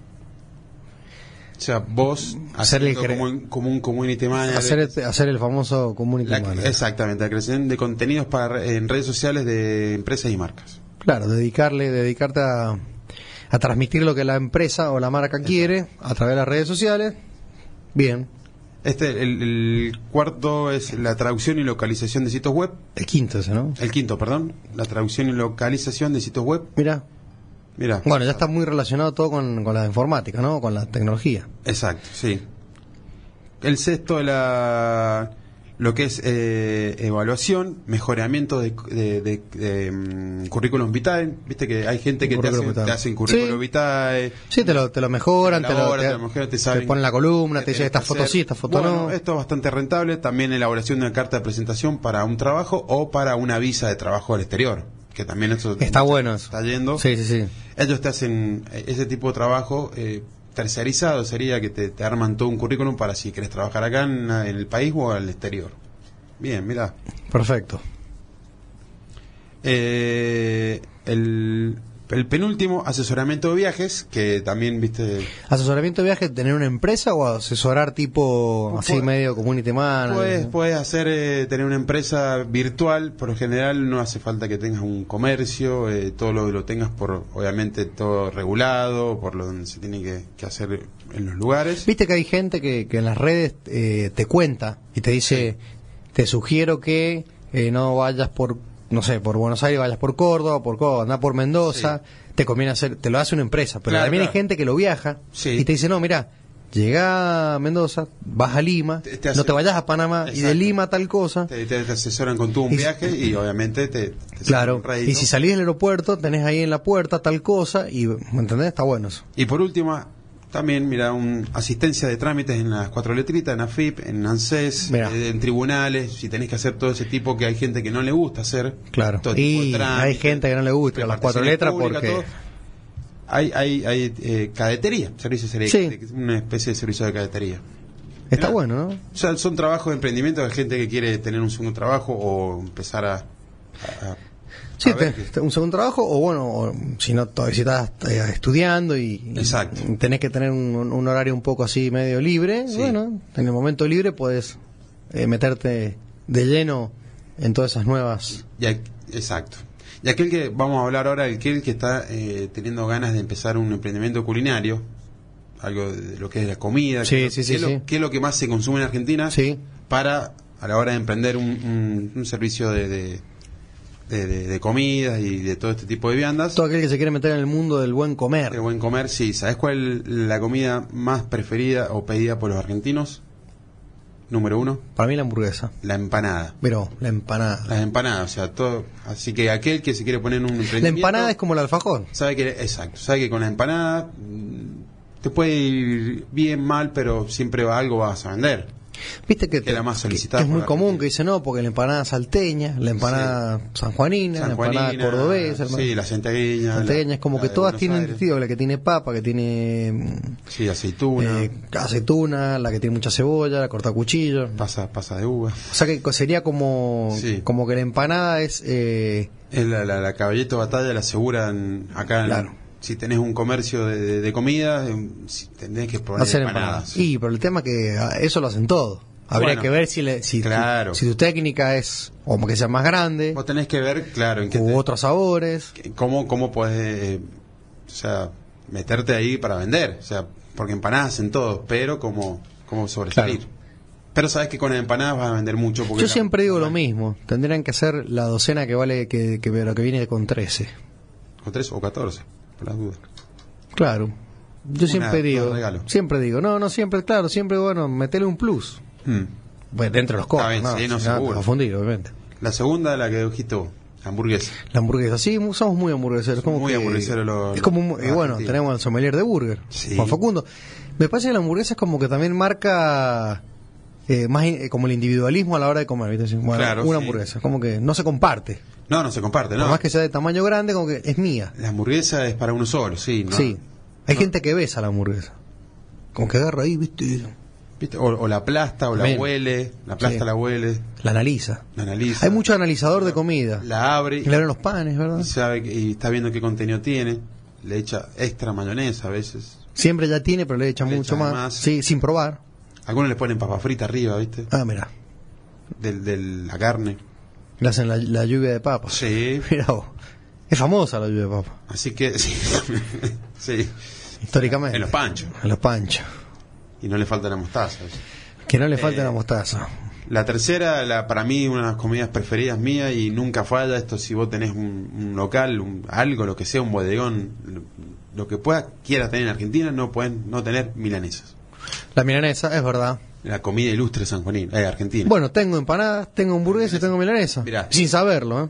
[SPEAKER 7] O sea, vos
[SPEAKER 6] Hacerle
[SPEAKER 7] haciendo
[SPEAKER 6] cre-
[SPEAKER 7] como, un- como un community manager,
[SPEAKER 6] Hacer, este- hacer el famoso community
[SPEAKER 7] Eh, La-
[SPEAKER 6] manager.
[SPEAKER 7] exactamente, la creación de contenidos para, re- en redes sociales de empresas y marcas.
[SPEAKER 6] Claro, dedicarle, dedicarte a, a transmitir lo que la empresa o la marca quiere a través de las redes sociales. Bien.
[SPEAKER 7] Este, el, el cuarto es la traducción y localización de sitios web.
[SPEAKER 6] El quinto ese, ¿no?
[SPEAKER 7] El quinto, perdón, la traducción y localización de sitios web.
[SPEAKER 6] Mira,
[SPEAKER 7] Mira,
[SPEAKER 6] Bueno, ya está muy relacionado todo con, con la informática, ¿no? Con la tecnología.
[SPEAKER 7] exacto, sí. El sexto, la lo que es eh, evaluación, mejoramiento de, de, de- de, mm, currículum vitae. Viste que hay gente que te
[SPEAKER 6] Currículum
[SPEAKER 7] hace,
[SPEAKER 6] vitae.
[SPEAKER 7] te hacen currículum
[SPEAKER 6] Sí.
[SPEAKER 7] vitae.
[SPEAKER 6] Sí, te lo, te lo mejoran, te, lo,
[SPEAKER 7] Elabora,
[SPEAKER 6] te,
[SPEAKER 7] te lo mejora, te
[SPEAKER 6] te
[SPEAKER 7] saben-
[SPEAKER 6] ponen la columna, te
[SPEAKER 7] que
[SPEAKER 6] dicen esta
[SPEAKER 7] tenés que
[SPEAKER 6] foto sí,
[SPEAKER 7] hacer.
[SPEAKER 6] esta foto
[SPEAKER 7] Bueno,
[SPEAKER 6] no.
[SPEAKER 7] Esto es bastante rentable. También elaboración de una carta de presentación para un trabajo o para una visa de trabajo al exterior. Que también eso
[SPEAKER 6] Está bueno eso.
[SPEAKER 7] Está yendo.
[SPEAKER 6] Sí, sí, sí.
[SPEAKER 7] Ellos te hacen eh, ese tipo de trabajo, eh, tercerizado sería que te, te arman todo un currículum para si querés trabajar acá en, en el país o al exterior. Bien, mira.
[SPEAKER 6] Perfecto.
[SPEAKER 7] Eh, el, el penúltimo, asesoramiento de viajes, que también, viste,
[SPEAKER 6] ¿Asesoramiento de viaje, tener una empresa o asesorar tipo así
[SPEAKER 7] Puede-
[SPEAKER 6] medio community manager?
[SPEAKER 7] puedes, puedes hacer, eh, tener una empresa virtual, por lo general no hace falta que tengas un comercio, eh, todo lo, lo tengas por, obviamente, todo regulado, por lo donde se tiene que, que hacer en los lugares.
[SPEAKER 6] Viste que hay gente que, que en las redes eh, te cuenta y te dice, te sugiero que eh, no vayas por, no sé, por Buenos Aires, vayas por Córdoba, por Córdoba, anda por Mendoza, te conviene hacer, te lo hace una empresa, pero
[SPEAKER 7] Claro,
[SPEAKER 6] también
[SPEAKER 7] claro.
[SPEAKER 6] hay gente que lo viaja
[SPEAKER 7] Sí.
[SPEAKER 6] y te dice, no, mira, llega a Mendoza, vas a Lima,
[SPEAKER 7] Te- te hace-
[SPEAKER 6] no te vayas a Panamá y de
[SPEAKER 7] Exacto.
[SPEAKER 6] Lima a tal cosa.
[SPEAKER 7] Te, te- te asesoran con tu un
[SPEAKER 6] Y-
[SPEAKER 7] viaje y obviamente te, te sacan
[SPEAKER 6] Claro,
[SPEAKER 7] un rédito.
[SPEAKER 6] y si salís del aeropuerto, tenés ahí en la puerta tal cosa y, ¿me entendés? Está bueno eso.
[SPEAKER 7] Y por último, también, mira, un, asistencia de trámites en las cuatro letritas, en AFIP, en ANSES,
[SPEAKER 6] Mirá.
[SPEAKER 7] eh, en tribunales, si tenés que hacer todo ese tipo que hay gente que no le gusta hacer.
[SPEAKER 6] Claro.
[SPEAKER 7] Todo tipo de
[SPEAKER 6] Y hay
[SPEAKER 7] trámites,
[SPEAKER 6] gente que no le gusta las cuatro
[SPEAKER 7] reparticiones
[SPEAKER 6] letras
[SPEAKER 7] públicas,
[SPEAKER 6] porque...
[SPEAKER 7] todo. Hay, hay, hay eh, cadetería, servicio de
[SPEAKER 6] Sí.
[SPEAKER 7] cade- una especie de servicio de cadetería.
[SPEAKER 6] Está
[SPEAKER 7] Mirá.
[SPEAKER 6] bueno, ¿no?
[SPEAKER 7] O sea, son trabajos de emprendimiento de gente que quiere tener un segundo trabajo o empezar a- a- a
[SPEAKER 6] Sí,
[SPEAKER 7] A ver
[SPEAKER 6] te-
[SPEAKER 7] qué-
[SPEAKER 6] te- un segundo trabajo o bueno, o, si no, to- si estás eh, estudiando y
[SPEAKER 7] Exacto.
[SPEAKER 6] y tenés que tener un, un horario un poco así medio libre,
[SPEAKER 7] Sí.
[SPEAKER 6] bueno, en el momento libre puedes meterte de lleno en todas esas nuevas.
[SPEAKER 7] Y aqu- exacto. Y aquel que vamos a hablar ahora, aquel que está eh, teniendo ganas de empezar un emprendimiento culinario, algo de lo que es la comida,
[SPEAKER 6] Sí,
[SPEAKER 7] que, es
[SPEAKER 6] sí, sí,
[SPEAKER 7] lo- que es lo,
[SPEAKER 6] sí.
[SPEAKER 7] que es lo que más se consume en Argentina,
[SPEAKER 6] Sí.
[SPEAKER 7] para a la hora de emprender un, un- un servicio de, de, de- de- de comidas y de todo este tipo de viandas.
[SPEAKER 6] Todo aquel que se quiere meter en el mundo del buen comer.
[SPEAKER 7] De buen comer, sí. ¿Sabes cuál es la comida más preferida o pedida por los argentinos? Número uno,
[SPEAKER 6] Para mí la hamburguesa,
[SPEAKER 7] la empanada.
[SPEAKER 6] pero la empanada.
[SPEAKER 7] Las empanadas, o sea, todo. Así que aquel que se quiere poner un emprendimiento.
[SPEAKER 6] La empanada es como el alfajor.
[SPEAKER 7] Sabe que, exacto, sabe que con la empanada mm, te puede ir bien, mal, pero siempre va, algo vas a vender.
[SPEAKER 6] Viste que,
[SPEAKER 7] Que era más
[SPEAKER 6] que- que
[SPEAKER 7] solicitada
[SPEAKER 6] es
[SPEAKER 7] por
[SPEAKER 6] muy
[SPEAKER 7] la
[SPEAKER 6] común
[SPEAKER 7] Argentina.
[SPEAKER 6] que dice no, porque la empanada salteña, la empanada sanjuanina, la
[SPEAKER 7] Sanjuanina,
[SPEAKER 6] empanada cordobesa, hermano.
[SPEAKER 7] Sí, la centegueña.
[SPEAKER 6] Salteña, es como que todas tienen tío, la que tiene papa, que tiene mm,
[SPEAKER 7] Sí, aceituna,
[SPEAKER 6] eh, aceituna, la que tiene mucha cebolla, la cortacuchillo.
[SPEAKER 7] pasa, pasa de uva.
[SPEAKER 6] O sea que co- sería como,
[SPEAKER 7] Sí.
[SPEAKER 6] como que la empanada es eh,
[SPEAKER 7] Es la, la, la caballito batalla, la aseguran acá. en-
[SPEAKER 6] Claro.
[SPEAKER 7] si tenés un comercio de, de- de comida, eh, si tenés que probar
[SPEAKER 6] hacer
[SPEAKER 7] empanadas.
[SPEAKER 6] empanada.
[SPEAKER 7] sí.
[SPEAKER 6] Y pero el tema que ah, eso lo hacen todo. Habría
[SPEAKER 7] Bueno,
[SPEAKER 6] que ver si, le- si,
[SPEAKER 7] claro.
[SPEAKER 6] si tu técnica es o que sea más grande
[SPEAKER 7] Vos tenés que ver, claro, en qué
[SPEAKER 6] u
[SPEAKER 7] te-
[SPEAKER 6] otros sabores.
[SPEAKER 7] que- cómo, cómo puedes eh, o sea, meterte ahí para vender. O sea, porque empanadas en todo, pero cómo, cómo sobresalir.
[SPEAKER 6] Claro.
[SPEAKER 7] Pero sabes que con las empanadas vas a vender mucho. Porque
[SPEAKER 6] Yo
[SPEAKER 7] la-
[SPEAKER 6] siempre digo lo mismo. Tendrían que hacer la docena que vale que, que pero que viene con 13.
[SPEAKER 7] O tres o 14, por las dudas.
[SPEAKER 6] Claro. Yo
[SPEAKER 7] Una-
[SPEAKER 6] siempre
[SPEAKER 7] un
[SPEAKER 6] digo,
[SPEAKER 7] regalo.
[SPEAKER 6] siempre digo, no, no, siempre, claro, siempre, bueno, metele un plus.
[SPEAKER 7] Hmm.
[SPEAKER 6] Bueno, dentro de los
[SPEAKER 7] Está
[SPEAKER 6] costos,
[SPEAKER 7] bien, sí, no,
[SPEAKER 6] Si te
[SPEAKER 7] seguro.
[SPEAKER 6] confundir, obviamente.
[SPEAKER 7] La segunda, la que dijiste vos, hamburguesa.
[SPEAKER 6] La hamburguesa, sí, mu- somos muy hamburgueseros. Como
[SPEAKER 7] Muy
[SPEAKER 6] que-
[SPEAKER 7] hamburgueseros los-
[SPEAKER 6] es como, un-
[SPEAKER 7] los
[SPEAKER 6] y bueno,
[SPEAKER 7] argentinos.
[SPEAKER 6] tenemos al sommelier de burger,
[SPEAKER 7] Sí.
[SPEAKER 6] Juan Facundo. Me parece que la hamburguesa es como que también marca eh, más eh, como el individualismo a la hora de comer, ¿viste? Así, Bueno,
[SPEAKER 7] Claro,
[SPEAKER 6] una
[SPEAKER 7] sí.
[SPEAKER 6] hamburguesa, como que no se comparte.
[SPEAKER 7] No, no se comparte,
[SPEAKER 6] Por
[SPEAKER 7] ¿no?
[SPEAKER 6] más que sea de tamaño grande, como que es mía.
[SPEAKER 7] La hamburguesa es para uno solo, sí, ¿no?
[SPEAKER 6] Sí. Hay gente que besa la hamburguesa. Como que agarra ahí, ¿viste?
[SPEAKER 7] ¿Viste? O, o la aplasta, o la
[SPEAKER 6] Bien.
[SPEAKER 7] huele, la aplasta,
[SPEAKER 6] Sí.
[SPEAKER 7] la huele,
[SPEAKER 6] La analiza.
[SPEAKER 7] la analiza.
[SPEAKER 6] Hay mucho analizador de comida.
[SPEAKER 7] La abre.
[SPEAKER 6] Que le abren los panes, ¿verdad?
[SPEAKER 7] y sabe que- y está viendo qué contenido tiene, le echa extra mayonesa a veces.
[SPEAKER 6] Siempre ya tiene, pero le echan
[SPEAKER 7] Le
[SPEAKER 6] mucho
[SPEAKER 7] echan
[SPEAKER 6] más.
[SPEAKER 7] más.
[SPEAKER 6] Sí, sin probar.
[SPEAKER 7] Algunos le ponen papa frita arriba, ¿viste?
[SPEAKER 6] Ah, mira.
[SPEAKER 7] Del, de la carne.
[SPEAKER 6] Le hacen la, la lluvia de papas. <laughs>
[SPEAKER 7] Sí.
[SPEAKER 6] Mirá vos. Es famosa la lluvia de papas,
[SPEAKER 7] Así que, <laughs> sí. sí.
[SPEAKER 6] históricamente.
[SPEAKER 7] En los panchos.
[SPEAKER 6] En los panchos.
[SPEAKER 7] Y no le falta la mostaza. ¿viste?
[SPEAKER 6] Que
[SPEAKER 7] Eh.
[SPEAKER 6] no le falte la mostaza.
[SPEAKER 7] La tercera, la, para mí, una de las comidas preferidas mías y nunca falla. Esto, si vos tenés un, un local, un- algo, lo que sea, un bodegón, lo, lo que puedas, quieras tener en Argentina, no pueden no tener milanesas.
[SPEAKER 6] La milanesa, es verdad.
[SPEAKER 7] La comida ilustre San Juanín, eh, Argentina.
[SPEAKER 6] Bueno, tengo empanadas, tengo hamburguesa y tengo milanesa.
[SPEAKER 7] Mirá.
[SPEAKER 6] Sin saberlo, ¿eh?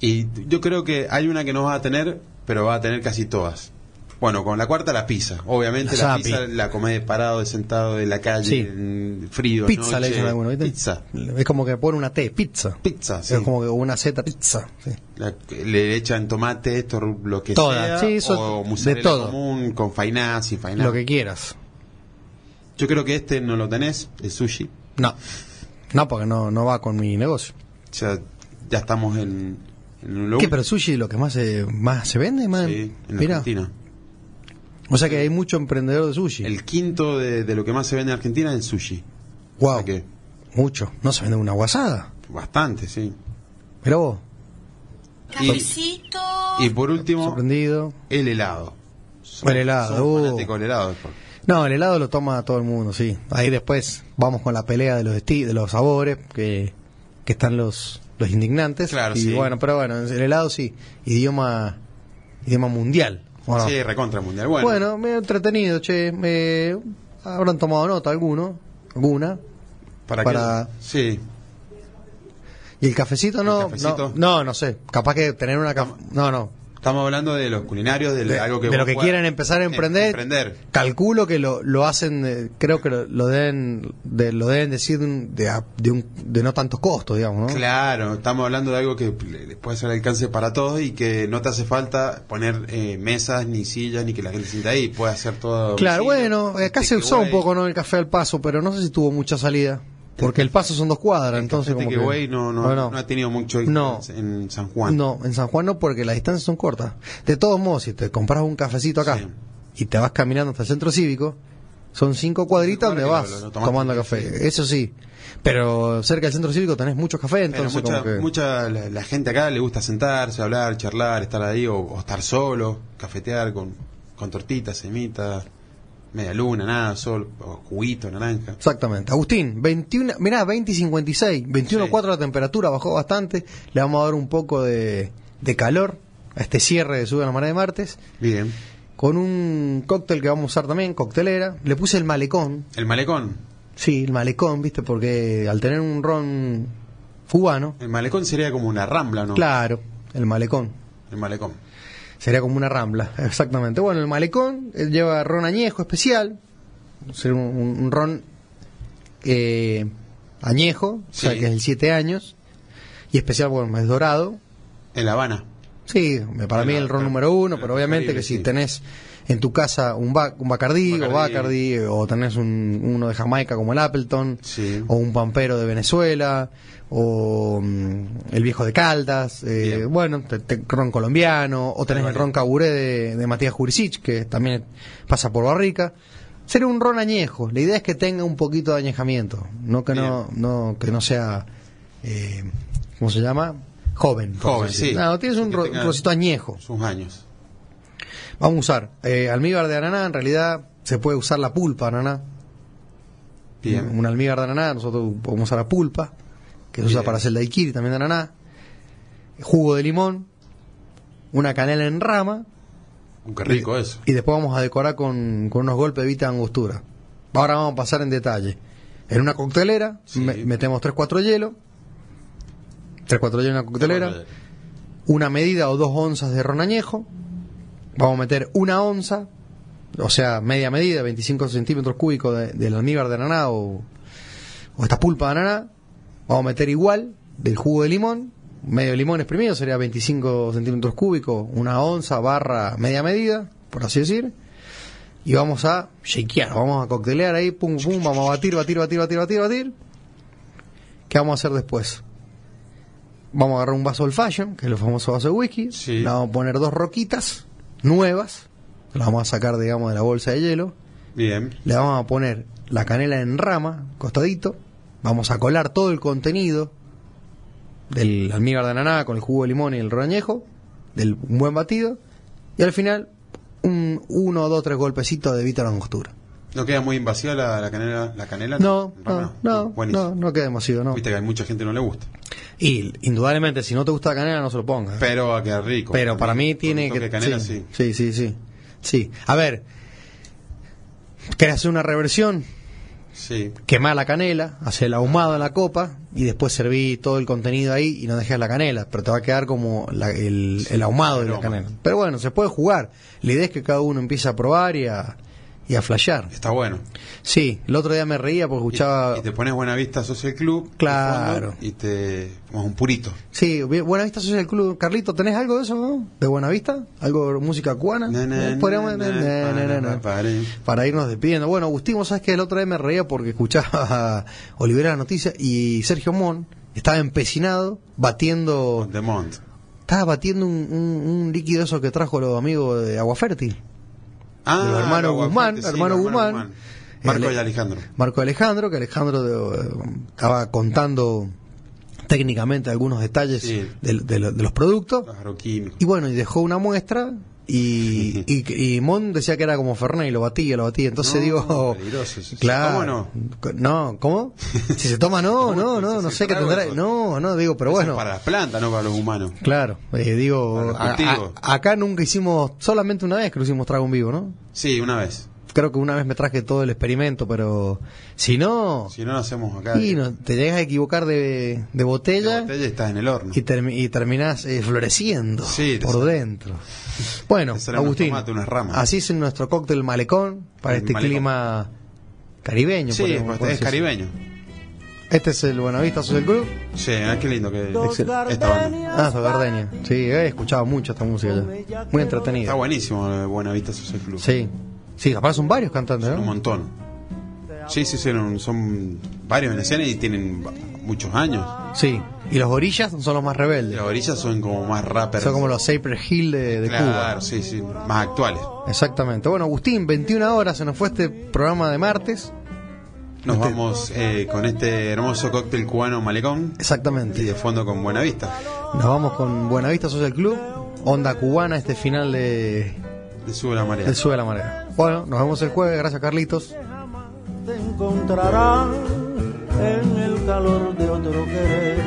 [SPEAKER 7] Y yo creo que hay una que no va a tener, pero va a tener casi todas. Bueno, con la cuarta la pizza. Obviamente
[SPEAKER 6] La
[SPEAKER 7] la,
[SPEAKER 6] zapi.
[SPEAKER 7] pizza la comés de parado, de sentado, de la calle,
[SPEAKER 6] Sí.
[SPEAKER 7] en frío.
[SPEAKER 6] Pizza le
[SPEAKER 7] noche.
[SPEAKER 6] dicen algunos, ¿viste?
[SPEAKER 7] Pizza.
[SPEAKER 6] Es como que pone una T, pizza.
[SPEAKER 7] Pizza, sí.
[SPEAKER 6] Es como que una Z, pizza. sí.
[SPEAKER 7] La- le echan tomate, esto, lo que
[SPEAKER 6] Toda,
[SPEAKER 7] sea.
[SPEAKER 6] sí, eso-
[SPEAKER 7] o
[SPEAKER 6] de
[SPEAKER 7] mozzarella
[SPEAKER 6] todo.
[SPEAKER 7] común, con fainá, sin fainá.
[SPEAKER 6] Lo que quieras.
[SPEAKER 7] Yo creo que este no lo tenés, el sushi.
[SPEAKER 6] No. No, porque no, no va con mi negocio.
[SPEAKER 7] Ya, ya estamos en, en lo
[SPEAKER 6] ¿Qué?
[SPEAKER 7] último.
[SPEAKER 6] Pero el sushi es lo que más se, más se vende, más.
[SPEAKER 7] Sí, en
[SPEAKER 6] Mira.
[SPEAKER 7] Argentina.
[SPEAKER 6] O sea que hay mucho emprendedor de sushi.
[SPEAKER 7] El quinto de, de lo que más se vende en Argentina es el sushi.
[SPEAKER 6] Guau.
[SPEAKER 7] O sea que
[SPEAKER 6] Mucho. No se vende una guasada.
[SPEAKER 7] bastante, sí.
[SPEAKER 6] Pero vos,
[SPEAKER 7] Y por último,
[SPEAKER 6] sorprendido.
[SPEAKER 7] el helado. Son-
[SPEAKER 6] El helado,
[SPEAKER 7] son
[SPEAKER 6] uh.
[SPEAKER 7] fanáticos del helado.
[SPEAKER 6] No, el helado lo toma todo el mundo, sí. Ahí después vamos con la pelea de los esti- de los sabores, que, que están los, los indignantes.
[SPEAKER 7] Claro,
[SPEAKER 6] y
[SPEAKER 7] sí.
[SPEAKER 6] bueno, pero bueno, el helado sí, idioma idioma mundial. ¿o no?
[SPEAKER 7] Sí, recontra mundial. Bueno,
[SPEAKER 6] bueno. medio entretenido, che. eh, habrán tomado nota alguno, alguna.
[SPEAKER 7] para,
[SPEAKER 6] para-
[SPEAKER 7] que. Sí,
[SPEAKER 6] Y el cafecito no,
[SPEAKER 7] cafecito?
[SPEAKER 6] no, no, no sé. Capaz que tener una, caf- no, no.
[SPEAKER 7] estamos hablando de los culinarios, de,
[SPEAKER 6] De,
[SPEAKER 7] algo que.
[SPEAKER 6] de
[SPEAKER 7] vos
[SPEAKER 6] lo que
[SPEAKER 7] puedas-
[SPEAKER 6] quieren empezar a
[SPEAKER 7] eh,
[SPEAKER 6] emprender,
[SPEAKER 7] emprender.
[SPEAKER 6] calculo que lo, lo hacen, de- creo que lo, lo deben de, lo deben decir de, un- de a- de un- de no tantos costos, digamos, ¿no?
[SPEAKER 7] Claro, estamos hablando de algo que le- le puede ser alcance para todos y que no te hace falta poner eh, mesas, ni sillas, ni que la gente sienta ahí. Puede hacer todo. a
[SPEAKER 6] Claro,
[SPEAKER 7] domicilio,
[SPEAKER 6] bueno, eh, acá
[SPEAKER 7] take
[SPEAKER 6] se usó un
[SPEAKER 7] away.
[SPEAKER 6] poco no el café al paso, pero no sé si tuvo mucha salida, porque el paso son dos cuadras, entonces
[SPEAKER 7] Este
[SPEAKER 6] como
[SPEAKER 7] que
[SPEAKER 6] que
[SPEAKER 7] güey no, no,
[SPEAKER 6] Bueno,
[SPEAKER 7] no ha tenido mucho éxito
[SPEAKER 6] No.
[SPEAKER 7] en San Juan.
[SPEAKER 6] no, en San Juan no porque las distancias son cortas. De todos modos, si te compras un cafecito acá
[SPEAKER 7] Sí.
[SPEAKER 6] y te vas caminando hasta el centro cívico, son cinco cuadritas donde
[SPEAKER 7] Cinco
[SPEAKER 6] vas
[SPEAKER 7] cuadras que lo- lo tomaste.
[SPEAKER 6] tomando café. Eso sí. Pero cerca del centro cívico tenés muchos cafés,
[SPEAKER 7] Pero
[SPEAKER 6] entonces
[SPEAKER 7] mucha,
[SPEAKER 6] como que
[SPEAKER 7] mucha la, la gente acá le gusta sentarse, hablar, charlar, estar ahí o, o estar solo, cafetear con, con tortitas, semitas, media luna, nada, sol, o juguito, naranja.
[SPEAKER 6] Exactamente. Agustín, 21, mirá, 20 y 56, 21
[SPEAKER 7] Sí.
[SPEAKER 6] 4 la temperatura, bajó bastante. Le vamos a dar un poco de, de calor a este cierre de Sube a la Marea de Martes.
[SPEAKER 7] Bien.
[SPEAKER 6] Con un cóctel que vamos a usar también, coctelera. Le puse el malecón.
[SPEAKER 7] El malecón.
[SPEAKER 6] Sí, el malecón, viste, porque al tener un ron cubano,
[SPEAKER 7] El malecón sería como una rambla, ¿no?
[SPEAKER 6] claro, el malecón.
[SPEAKER 7] El malecón.
[SPEAKER 6] Sería como una rambla, <laughs> exactamente. Bueno, el malecón eh, lleva ron añejo especial, ser un, un- un ron eh, añejo, o sea
[SPEAKER 7] Sí.
[SPEAKER 6] que es el 7 años, y especial, bueno, es dorado.
[SPEAKER 7] En La Habana.
[SPEAKER 6] Sí, me- para mí
[SPEAKER 7] Bueno,
[SPEAKER 6] el ron
[SPEAKER 7] pero-
[SPEAKER 6] número uno,
[SPEAKER 7] pero
[SPEAKER 6] pero obviamente que
[SPEAKER 7] preferible,
[SPEAKER 6] si
[SPEAKER 7] sí.
[SPEAKER 6] tenés en tu casa un, ba- un Bacardí, o Bacardi,
[SPEAKER 7] Bacardí.
[SPEAKER 6] o tenés un- uno de Jamaica como el Appleton,
[SPEAKER 7] Sí.
[SPEAKER 6] o un Pampero de Venezuela, o mm, el Viejo de Caldas, eh,
[SPEAKER 7] Bien.
[SPEAKER 6] bueno, te- te- ron colombiano, o tenés
[SPEAKER 7] Ahí
[SPEAKER 6] el
[SPEAKER 7] vale.
[SPEAKER 6] ron Caburé de, de Matías Jurisic, que también pasa por Barrica. Sería un ron añejo, la idea es que tenga un poquito de añejamiento, no que, no, no, que no sea, eh, ¿cómo se llama? Joven. por
[SPEAKER 7] Joven,
[SPEAKER 6] así
[SPEAKER 7] sí.
[SPEAKER 6] decirlo. No, tienes un,
[SPEAKER 7] Que
[SPEAKER 6] ro-
[SPEAKER 7] tenga-
[SPEAKER 6] un rosito añejo.
[SPEAKER 7] Sus años.
[SPEAKER 6] Vamos a usar eh, almíbar de ananá, en realidad se puede usar la pulpa de ananá.
[SPEAKER 7] Bien.
[SPEAKER 6] Un almíbar de ananá, nosotros podemos usar la pulpa, que se usa
[SPEAKER 7] Bien.
[SPEAKER 6] para hacer el daiquiri también de ananá. Jugo de limón, una canela en rama,
[SPEAKER 7] Qué rico eso.
[SPEAKER 6] y después vamos a decorar con, con unos golpes de vita angostura. Ahora vamos a pasar en detalle. En una coctelera
[SPEAKER 7] Sí.
[SPEAKER 6] me- metemos 3-4 hielo, 3-4 hielo en una coctelera. una medida o dos onzas de ron añejo. Vamos a meter una onza, o sea, media medida, 25 centímetros cúbicos de- del almíbar de ananá o, o esta pulpa de ananá. Vamos a meter igual del jugo de limón, medio limón exprimido, sería 25 centímetros cúbicos, una onza barra media medida, por así decir. Y vamos a shakear, vamos a coctelear ahí, pum, pum, vamos a batir, batir, batir, batir, batir, batir. ¿Qué vamos a hacer después? Vamos a agarrar un vaso old fashion, que es el famoso vaso de whisky.
[SPEAKER 7] Sí.
[SPEAKER 6] Le vamos a poner dos roquitas nuevas. Las vamos a sacar, digamos, de la bolsa de hielo.
[SPEAKER 7] Bien.
[SPEAKER 6] Le vamos a poner la canela en rama, costadito. Vamos a colar todo el contenido del almíbar de ananá con el jugo de limón y el roñejo, del un buen batido. Y al final, un uno, dos, tres golpecitos de Vita Langostura.
[SPEAKER 7] ¿No queda muy invasiva la, la canela? La canela
[SPEAKER 6] No, no,
[SPEAKER 7] Rama.
[SPEAKER 6] no,
[SPEAKER 7] Buenísimo.
[SPEAKER 6] no, no queda demasiado, no.
[SPEAKER 7] Viste que a mucha gente no le gusta.
[SPEAKER 6] Y indudablemente, si no te gusta la canela, no se lo pongas.
[SPEAKER 7] Pero va a quedar rico.
[SPEAKER 6] Pero para mí
[SPEAKER 7] Con
[SPEAKER 6] tiene
[SPEAKER 7] un
[SPEAKER 6] que.
[SPEAKER 7] toque de canela,
[SPEAKER 6] sí,
[SPEAKER 7] sí.
[SPEAKER 6] sí, sí, sí. Sí. A ver, ¿querés hacer una reversión?
[SPEAKER 7] Sí.
[SPEAKER 6] quemá la canela, hace el ahumado en la copa y después serví todo el contenido ahí y no dejas la canela, pero te va a quedar como la- el, el ahumado de la
[SPEAKER 7] aroma.
[SPEAKER 6] canela. Pero bueno, se puede jugar. La idea es que cada uno empiece a probar y a, y a flashear.
[SPEAKER 7] Está bueno.
[SPEAKER 6] Sí, el otro día me reía porque escuchaba...
[SPEAKER 7] Y, y te pones buena vista Social Club. de
[SPEAKER 6] Claro.
[SPEAKER 7] fondo, Y te tomas un purito.
[SPEAKER 6] Sí, Bi- Buenavista Social Club. Carlito, ¿tenés algo de eso, no? ¿De Buenavista? ¿Algo de música cubana?
[SPEAKER 7] Na, na,
[SPEAKER 6] Eh, podríamos-
[SPEAKER 7] na,
[SPEAKER 6] na, na, na, na, na.
[SPEAKER 7] para, para.
[SPEAKER 6] Para irnos despidiendo. Bueno, Agustín, vos sabés que el otro día me reía porque escuchaba <laughs> a Olivera la noticia y Sergio Mon estaba empecinado batiendo.
[SPEAKER 7] Oh, De Mont.
[SPEAKER 6] Estaba batiendo un, un- un líquido eso que trajo los amigos de Agua Fértil.
[SPEAKER 7] Ah,
[SPEAKER 6] De los hermanos
[SPEAKER 7] el aguacate,
[SPEAKER 6] Guzmán,
[SPEAKER 7] sí,
[SPEAKER 6] hermano
[SPEAKER 7] los hermanos
[SPEAKER 6] Guzmán.
[SPEAKER 7] Marco
[SPEAKER 6] Eh,
[SPEAKER 7] y Alejandro.
[SPEAKER 6] Marco Alejandro, que Alejandro eh, estaba contando técnicamente algunos detalles
[SPEAKER 7] Sí.
[SPEAKER 6] de, de lo- de los productos.
[SPEAKER 7] Los agroquímicos.
[SPEAKER 6] Y bueno, y dejó una muestra
[SPEAKER 7] <laughs>
[SPEAKER 6] y, y, y Mon decía que era como Fernet y lo batía, lo batía. Entonces
[SPEAKER 7] No,
[SPEAKER 6] digo,
[SPEAKER 7] peligroso eso.
[SPEAKER 6] claro,
[SPEAKER 7] ¿Cómo no?
[SPEAKER 6] Co- no?
[SPEAKER 7] <laughs>
[SPEAKER 6] ¿Cómo? Si se toma, no, no, no, no
[SPEAKER 7] Si
[SPEAKER 6] sé
[SPEAKER 7] se
[SPEAKER 6] qué
[SPEAKER 7] traga,
[SPEAKER 6] tendrá.
[SPEAKER 7] eso-
[SPEAKER 6] No, no, digo, pero
[SPEAKER 7] Eso es
[SPEAKER 6] bueno.
[SPEAKER 7] Para las plantas, no para los humanos.
[SPEAKER 6] Claro, eh, digo,
[SPEAKER 7] Para los
[SPEAKER 6] a- a-
[SPEAKER 7] cultivos.
[SPEAKER 6] acá nunca hicimos, solamente una vez que lo hicimos trago en vivo, ¿no?
[SPEAKER 7] Sí, una vez.
[SPEAKER 6] Creo que una vez me traje todo el experimento, pero si no,
[SPEAKER 7] Si no lo hacemos acá.
[SPEAKER 6] y
[SPEAKER 7] de-
[SPEAKER 6] no, te llegas a equivocar de, de
[SPEAKER 7] de
[SPEAKER 6] botella, Este
[SPEAKER 7] botella y estás en el horno.
[SPEAKER 6] y, termi- y terminás eh, floreciendo
[SPEAKER 7] Sí, te
[SPEAKER 6] por
[SPEAKER 7] sale.
[SPEAKER 6] dentro. Bueno,
[SPEAKER 7] Te salen unos
[SPEAKER 6] Agustín,
[SPEAKER 7] tomates, unas ramas.
[SPEAKER 6] así es nuestro cóctel malecón para
[SPEAKER 7] El
[SPEAKER 6] este
[SPEAKER 7] malecón.
[SPEAKER 6] clima caribeño.
[SPEAKER 7] sí, pues,
[SPEAKER 6] podríamos
[SPEAKER 7] es
[SPEAKER 6] decir.
[SPEAKER 7] caribeño.
[SPEAKER 6] Este es el Buenavista Social Club.
[SPEAKER 7] Sí, ah, qué lindo que
[SPEAKER 6] Excel.
[SPEAKER 7] esta banda.
[SPEAKER 6] Ah, esa Gardenia. Sí, he escuchado mucho esta música ya. Muy
[SPEAKER 7] Está
[SPEAKER 6] entretenida.
[SPEAKER 7] buenísimo eh, Buena Vista Social Club.
[SPEAKER 6] Sí. Sí, capaz son varios cantantes,
[SPEAKER 7] Un
[SPEAKER 6] ¿no?
[SPEAKER 7] montón. Sí, sí, sí, son, son varios venezolanos y tienen ba- muchos años.
[SPEAKER 6] Sí. Y los orillas son los más
[SPEAKER 7] Las
[SPEAKER 6] rebeldes.
[SPEAKER 7] orillas son como más rappers.
[SPEAKER 6] Son como los Cypress Hill de, de
[SPEAKER 7] Claro,
[SPEAKER 6] Cuba.
[SPEAKER 7] sí, sí, más actuales.
[SPEAKER 6] Exactamente. Bueno, Agustín, 21 horas se nos fue este programa de martes.
[SPEAKER 7] Nos
[SPEAKER 6] Este-
[SPEAKER 7] vamos eh, con este hermoso cóctel cubano malecón
[SPEAKER 6] Exactamente.
[SPEAKER 7] y de fondo con Buena Vista.
[SPEAKER 6] Nos vamos con Buenavista Social Club, Onda Cubana, este final de,
[SPEAKER 7] De sube la marea.
[SPEAKER 6] del Sube de la Marea. Bueno, nos vemos el jueves, gracias Carlitos.
[SPEAKER 10] te encontrarán en el calor de otro querer.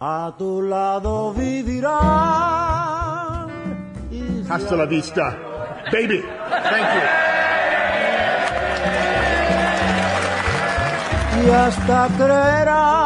[SPEAKER 10] A tu lado vivirán. Hasta la vista, baby. Thank you. Y hasta creerán.